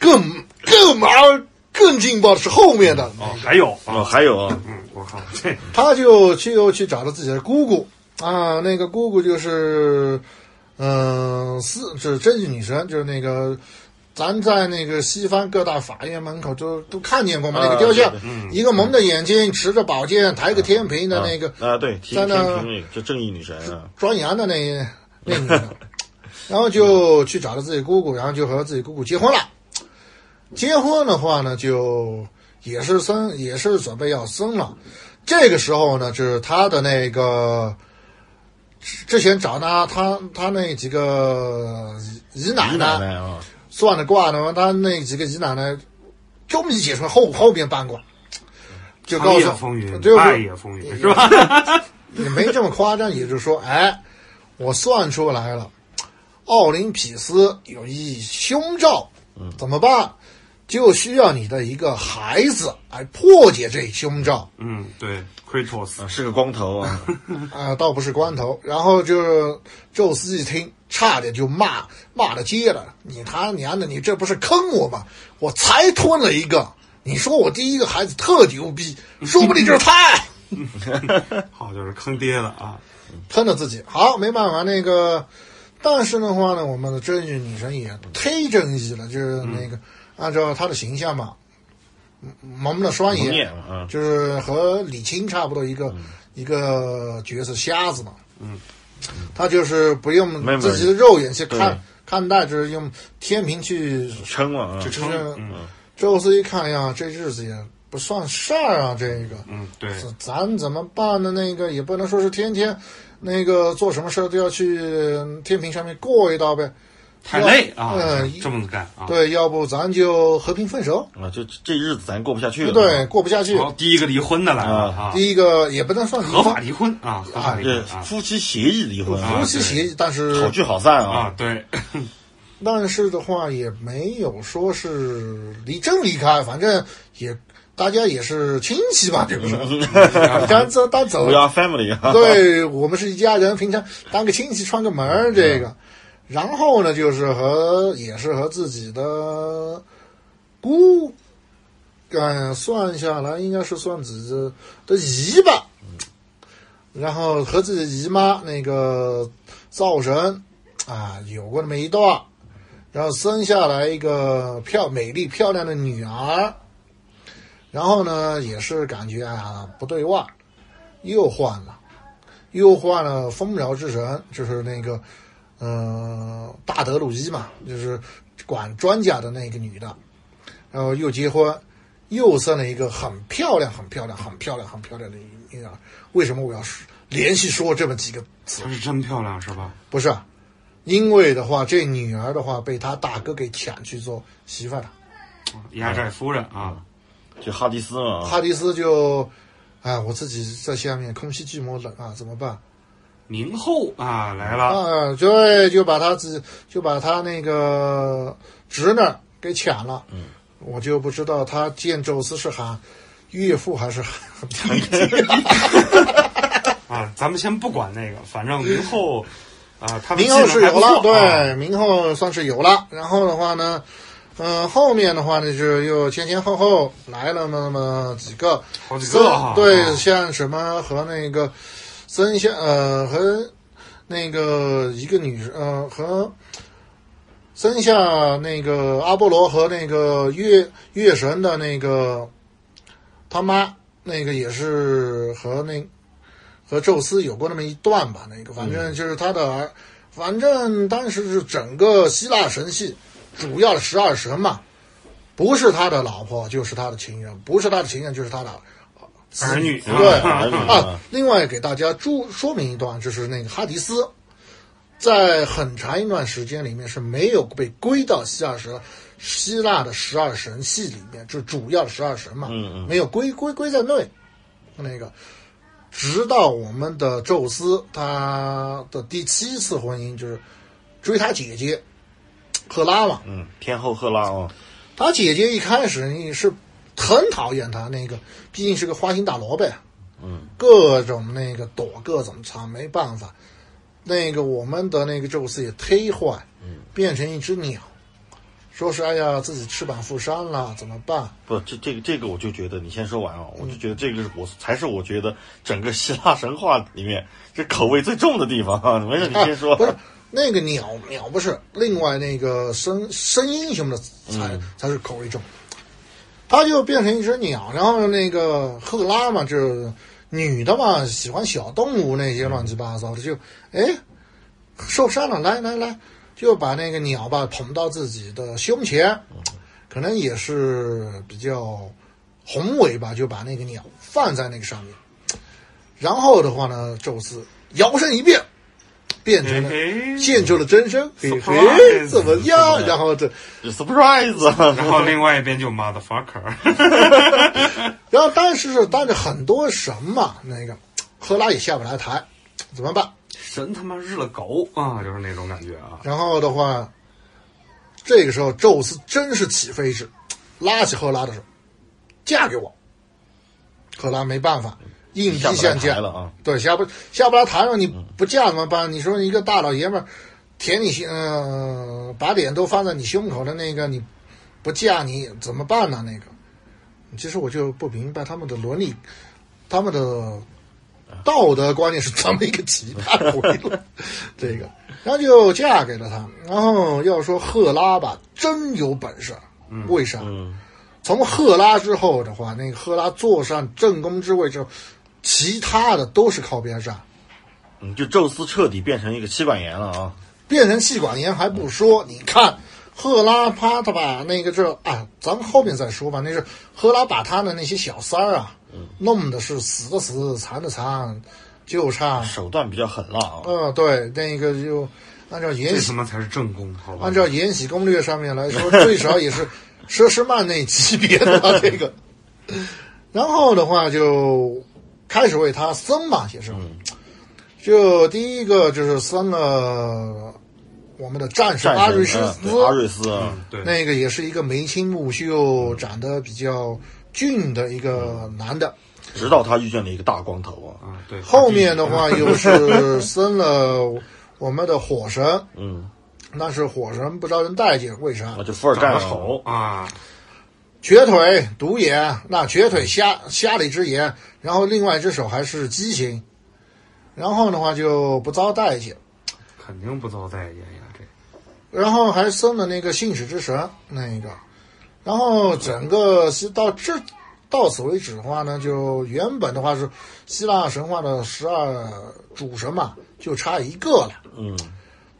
更更麻更劲爆的是后面的，
哦，还有
哦，
啊，
还有啊，
嗯，我靠，这
他就去又去找了自己的姑姑啊，那个姑姑就是，嗯、四是真女神，就是那个。咱在那个西方各大法院门口就都看见过嘛，那个雕像
啊对，
一个蒙着眼睛，持着宝剑，抬个天平的那个
啊，对，天
在那
天平里就正义女神啊，
装羊的那那女的， 然后就去找了自己姑姑，然后就和自己姑姑结婚了。结婚的话呢，就也是生，也是准备要生了。这个时候呢，就是他的那个之之前找他他他那几个姨奶
姨奶
奶
奶啊，
算的卦呢，他那几个姨奶奶终于解出来后后边半卦，就告
长夜
诉
风云，
就是
半夜风云是 吧？
也没这么夸张，也就是说，哎，我算出来了，奥林匹斯有一凶兆，怎么办？就需要你的一个孩子来破解这凶兆
嗯，对，Kratos
啊是个光头啊，
啊、倒不是光头。然后就是宙斯一听，差点就骂骂了街了，你他娘的，你这不是坑我吗？我才吞了一个，你说我第一个孩子特牛逼，说不定就是他。
好就是坑爹的啊，
喷了自己。好，没办法，那个，但是的话呢，我们的真人女神也忒正义了，就是那
嗯
个、按照她的形象嘛，嗯蒙了双
蒙眼
眼
了，啊嗯
就是和李青差不多一个、一个角色，瞎子嘛。嗯，他就是不
没
用
门
自己的肉眼去
对
看看待，就是用天平去
撑了啊
就，
就
撑
是，
嗯
宙斯一看哎呀，这日子也不算事儿啊，这个，
嗯，对，
咱咱怎么办呢？那个也不能说是天天，那个做什么事儿都要去天平上面过一道呗。
太累啊
嗯，
这么干啊，
对，要不咱就和平分手。
啊，就这日子咱过不下去了。啊
对，，过不下去。
好，第一个离婚的来了啊，
第一个也不能算离
合
婚
法离婚啊，合法离
这
婚啊
夫妻协议离婚啊
夫，妻协议，但
好
是
聚好散
啊
啊，，
对，
但是的话也没有说是离真离开，反正也大家也是亲 戚吧，就是，大家走，大家走
，We，are family 啊，
对我们是一家人，平常当个亲戚串个门儿这个。然后呢，就是和也是和自己的姑，嗯，算下来应该是算自己的姨吧。然后和自己姨妈那个灶神啊，有过那么一段儿，然后生下来一个漂美丽漂亮的女儿。然后呢，也是感觉啊不对腕儿，又换了，又换了丰饶之神，就是那个，呃，大德鲁伊嘛，就是管庄稼的那个女的，然后又结婚，又生了一个很漂亮、很漂亮、很漂亮、很漂亮的女儿。为什么我要说连续说这么几个词？
她是真漂亮是吧？
不是，啊因为的话，这女儿的话被他大哥给抢去做媳妇儿了。嗯
压寨夫人啊，
就哈迪斯嘛，啊
哈迪斯就，哎，我自己在下面空气寂寞冷啊，怎么办？
明后啊来了，
啊，对，就把他自就把他那个侄女给抢了。嗯，我就不知道他见宙斯是喊岳父还是喊
啊，咱们先不管那个，反正明后啊，他们
嗯明后是有
进
了，
得还不错啊
对，明后算是有了。然后的话呢，嗯、后面的话呢，就是又前前后后来了那么几个，
好几个啊，
对，
啊
像什么和那个森下呃和那个一个女呃和森下那个阿波罗和那个月月神的那个他妈那个也是和那和宙斯有过那么一段吧，那个反
嗯
正就是他的儿，反正当时是整个希腊神系主要的十二神嘛。不是他的老婆，就是他的情人；不是他的情人，就是他的呃子
儿女啊
对
儿女
啊
啊，，
另外给大家注说明一段，就是那个哈迪斯，在很长一段时间里面是没有被归到希腊神希腊的十二神系里面，就主要的十二神嘛，
嗯
没有归归归在内。那个，直到我们的宙斯他的第七次婚姻就是追他姐姐赫拉嘛，
嗯，天后赫拉啊，
他姐姐一开始你是很讨厌他那个，毕竟是个花心大萝卜呀。嗯，各种那个躲，各种藏，没办法。那个我们的那个宙斯也忒坏，变成一只鸟，说是哎呀自己翅膀负伤了，怎么办？
不，这这个这个我就觉得你先说完啊，我
嗯
就觉得这个是我才是我觉得整个希腊神话里面这口味最重的地方啊，没事你先说，
不是那个鸟鸟不是，另外那个声声音什么的才、
嗯
才是口味重。他就变成一只鸟，然后那个赫拉嘛，就是女的嘛，喜欢小动物那些乱七八糟的，就哎受伤了，来来来，就把那个鸟吧捧到自己的胸前，可能也是比较宏伟吧，就把那个鸟放在那个上面。然后的话呢，宙斯摇身一变，变成了
嘿嘿
现出了真身，嘿
嗯
嘿，
Surprise
怎么样？然后这，
这 surprise 啊，
然后另外一边就 motherfucker，
然后当时是当着很多神嘛，那个赫拉也下不来台，怎么办？
神他妈日了狗啊，就是那种感觉啊，
然后的话，这个时候宙斯真是起飞智，拉起赫拉的手，嫁给我。赫拉没办法，硬逼
下不来
相
台
见
了啊，
对，下不下不来台了，你不嫁怎么办？你说一个大老爷们儿舔你胸，呃，把脸都放在你胸口的那个，你不嫁你怎么办呢？那个，其实我就不明白他们的伦理，他们的道德观念是怎么一个奇葩回路？这个，然后就嫁给了他。然后要说赫拉吧，真有本事，为啥？从赫拉之后的话，那个赫拉坐上正宫之位之后，其他的都是靠边站，
嗯，就宙斯彻底变成一个妻管严了啊，
变成气管炎还不说，你看。赫拉啪，他把那个这啊，咱们后面再说吧。那是赫拉把他的那些小三儿啊，弄的是死的死，残的残，就差
手段比较狠辣啊，
嗯，对，那个就按照延
这
禧
他妈才是正宫，好吧
哎按？照《延禧攻略》上面来说，最少 也是佘诗曼那级别的吧这个。 然后的话就开始为他生嘛，也是。就第一个就是生了我们的战士
战
阿
神
瑞斯嗯
嗯对阿瑞斯啊，
对，
那个也是一个眉清目秀，长得比较俊的一个男的。
直到他遇见了一个大光头
嗯
啊，
啊，对，
后面的 话又是生了我们的火神，
嗯，
但是火神不招人待见，为啥
那？就伏尔
长
盖
得
啊
丑啊，
瘸腿、独眼，那瘸腿瞎瞎了一只眼，然后另外一只手还是畸形，然后的话就不遭待见。
肯定不遭待见呀，这
然后还生了那个信使之神那一个，然后整个希到这到此为止的话呢，就原本的话是希腊神话的十二主神嘛，就差一个了。
嗯，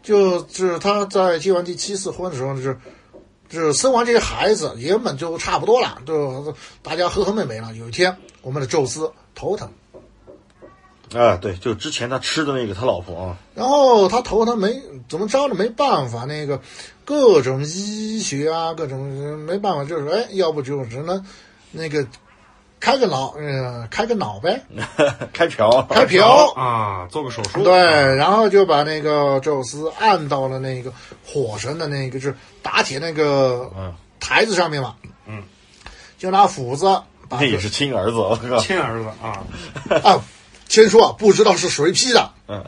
就是他在结完第七次婚的时候呢，就是就是生完这些孩子，原本就差不多了，就大家和和美美了。有一天，我们的宙斯头疼，
啊，对，就之前他吃的那个他老婆啊，
然后他头疼没怎么着呢？没办法，那个各种医学啊，各种没办法，就是哎，要不就只能那个开个脑，呃，开个脑呗，
开瓢，
开瓢。
啊，做个手术，
对，然后就把那个宙斯按到了那个火神的那个，就是打铁那个
嗯
台子上面嘛。嗯，就拿斧子把
那也是亲儿子，我靠，
亲儿子啊，
啊，先说啊，不知道是谁批的，
嗯，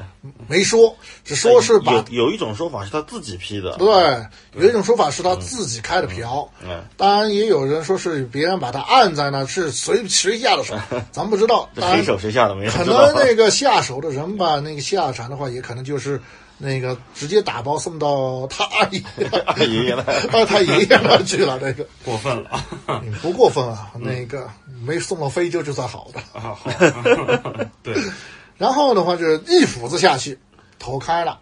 没说，只说是把
哎有有一种说法是他自己批的，
对，有一种说法是他自己开的瓢，
嗯
当然也有人说是别人把他按在那，是谁谁下 的手，咱不知道。
这
当
谁
然，
手谁下的没人
可
知道
能，那个下手的人吧，那个下场的话，也可能就是那个直接打包送到他阿姨、
那爷爷呢？
到啊他爷爷那去了。那个
过分 了啊，
嗯不过分啊，那个没送到非洲就算好的。
啊好， 对，
然后的话就是一斧子下去，头开了，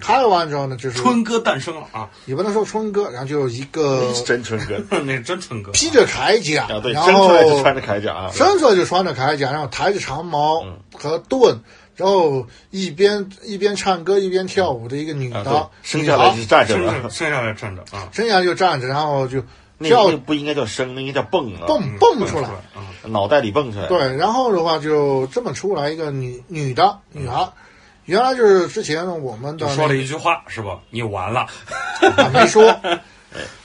开完之后呢，就是
春哥诞生了啊，
也不能说春哥，然后就一个
真春哥
那是真春哥，
披着铠甲
啊，，对，
然
生出来就
后
穿着铠甲啊，
伸出来就穿着铠甲，然后抬着长矛和盾，然后一边一边唱歌一边跳舞的一个女
啊，
的
对，，生下来
女
就是
孩
站着
生
了，
下生下来站着啊，
生下来就站着，然后就
那
跳
那不应该叫生，那应该叫蹦啊，
蹦蹦出来。
啊，
脑袋里蹦出来，，
对，然后的话就这么出来一个女女的女
嗯
孩，原来就是之前我们的
就说了一句话是吧？你完了，
啊没 说。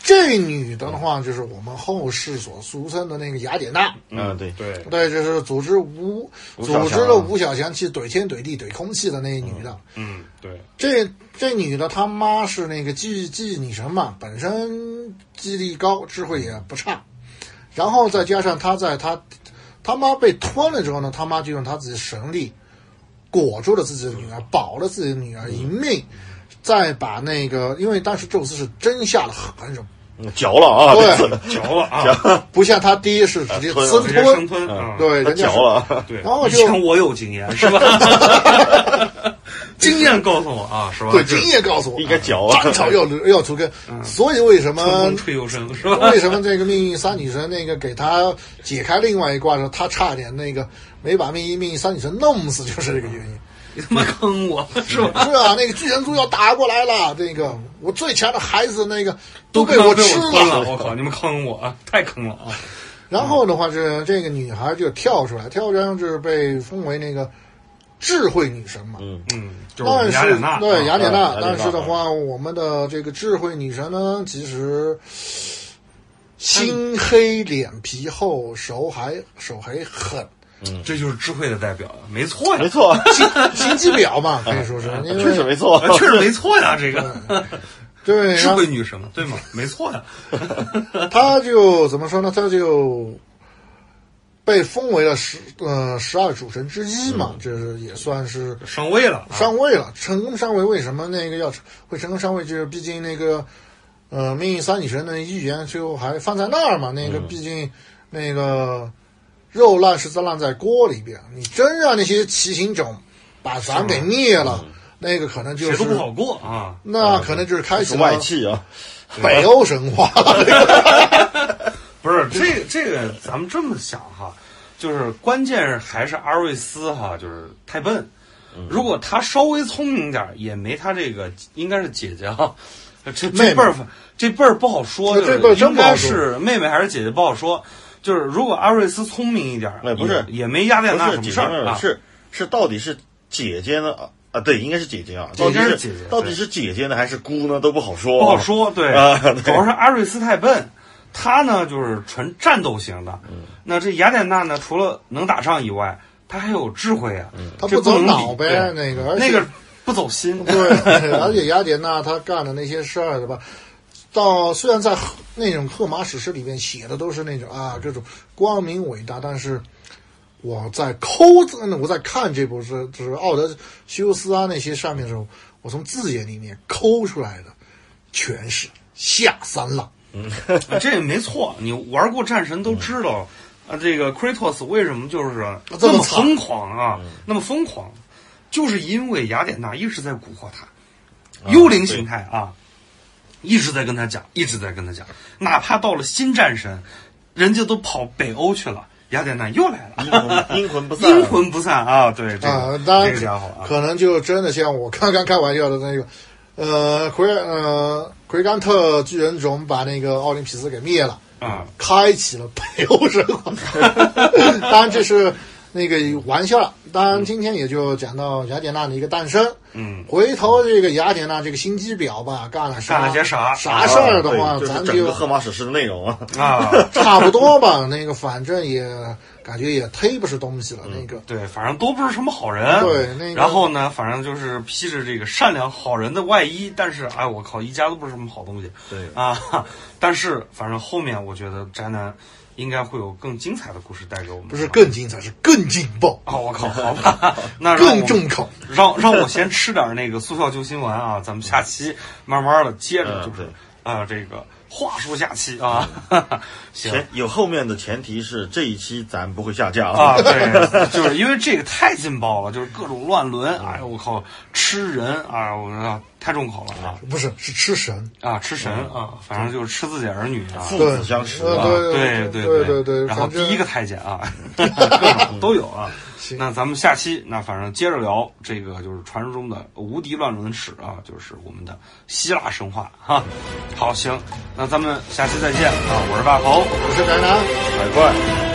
这女的的话，就是我们后世所俗称的那个雅典娜，
嗯，对，
对，
对，就是组织吴
吴小强啊
组织了吴小强去怼天怼地怼空气的那女的。
嗯，对，
这这女的她妈是那个记记忆女神嘛，本身记忆力高，智慧也不差，然后再加上她在她她妈被吞了之后呢，她妈就用她自己的神力裹住了自己的女儿，保了自己的女儿一命，
嗯
再把那个因为当时宙斯是真下了狠手，
嗯嚼了啊，
对
这次
嚼了 啊，
不像他爹是直接
吞了
生
直接生
吞，
吞啊，
嗯对，
他
人家
嚼
是
了啊，
对，
然后
以
就
前我有经验是 吧？经验告诉我啊，是吧？
对经验告诉我
应，该嚼 啊，
斩草要要除根，所以为什
春
么
风吹又生是吧？
为什么这个 命运三女神那个给他解开另外一卦的时候，他差点那个没把命运命运三女神弄死，就是这个原 因。
你他妈坑我是吧？
是啊，那个巨人族要打过来了，那个我最强的孩子那个都被
我
吃
吞了，我靠！你们坑我啊，太坑了啊！
然后的话是这个女孩就跳出来，跳出来就是被封为那个智慧女神嘛。
嗯，
嗯，就
但
是
是
雅典娜，
对雅典娜
啊，
但是
雅典娜
的话，我们的这个智慧女神呢，其实心黑脸皮厚，手还手还 狠，
嗯这就是智慧的代表呀，没错呀
没，错，
心机婊嘛，可以 说是，因
确实
为
没错，
啊确实没错呀，这 个
对，
智
然
慧女神嘛，对吗？没错 呀，
后他就怎么说呢？他就被封为了十呃十二主神之一
嗯
嘛，就是也算是
上位了啊，
上位了，成功上位。为什么那个要会成功上位？就是毕竟那个呃命运三女神的预言最后还放在那儿嘛，那
嗯
个毕竟那个肉烂是在烂在锅里边，你真让那些骑行种把咱给灭了，那个可能就
嗯谁都
是
不好过啊。
那可能就是开启
是
了
外气啊，
北欧神话 了。
不是这个这个，咱们这么想哈，就是关键还是阿瑞斯哈，就是太笨。如果他稍微聪明点儿，也没他这个，应该是姐姐哈。这
妹
这
妹
辈儿这辈儿不好说，
这
就是
辈儿真
应
不好
该
说
是妹妹还是姐姐不好说。就是如果阿瑞斯聪明一点儿，
哎不是
也也没雅典
不
娜
是
什么
姐
事
姐
儿
妹
啊
儿，。是是到底是姐姐呢啊啊？对，应该是姐姐啊，到
应
底
该是
是
姐姐
到底是姐姐呢还是姑呢都不好说，
不好，说，对，
啊对
主要是阿瑞斯太笨，他呢就是纯战斗型的。
嗯
那这雅典娜呢，除了能打仗以外，他还有智慧啊，
嗯
他
这
不
不
走
能
脑
比
呗，
对
那个而且
那个不走心。
对，而且雅典娜她干的那些事儿吧，到虽然在赫那种荷马史诗里面写的都是那种啊这种光明伟大，但是我在抠，我在看这部是就是奥德修斯啊那些上面的时候，我从字眼里面抠出来的全是下三滥。
这也没错，你玩过战神都知道，啊，这个 Kratos 为什么就是
这么
么
惨
疯狂啊，
嗯
那么疯狂，就是因为雅典娜一直在蛊惑他，幽灵形态啊，一直在跟他讲，一直在跟他讲，哪怕到了新战神，人家都跑北欧去了，雅典娜又来了，
阴魂阴魂不散，
阴魂不散啊！对，这
啊
个，
当然
这个家伙啊，
可能就真的像我刚刚开玩笑的那个，呃，奎呃奎甘特巨人种把那个奥林匹斯给灭了，
啊，
开启了北欧神话。 当然这是那个玩笑了。当然今天也就讲到雅典娜的一个诞生。
嗯，
回头这个雅典娜这个心机婊吧，干了啥
干了些啥
啥事儿的话，
啊对就是
咱
整
就
个荷马史诗的内容啊，
啊，
差不多吧。 那个反正也感觉也忒不是东西
嗯
了，那个。
对，反正都不是什么好人。
对那个
然后呢，反正就是披着这个善良好人的外衣，但是哎，我靠，一家都不是什么好东西。
对
啊，但是反正后面我觉得宅男应该会有更精彩的故事带给我们。
不是更精彩，是更劲爆、
啊，我靠，好 吧，那让我
更重口。
让让我先吃点那个速效救心丸啊，咱们下期慢慢的接着
嗯
就是
对嗯
啊、这个话术下期啊， 行。
前有后面的前提是这一期咱不会下架
啊， 对，就是因为这个太劲爆了，就是各种乱伦，哎呦我靠，吃人啊，我说太重口了啊
不是，是吃神。
啊，吃神啊，反正就是吃自己儿女啊。
父
嗯对
子相识
呃
啊，
对
对
对
对对，
然后
反正
第一个太监 啊，各种都有啊。
行
那咱们下期那反正接着聊这个就是传说中的无敌乱伦史啊，就是我们的希腊神话哈、好，行，那咱们下期再见啊！我是大头，
我是宅男。
海怪。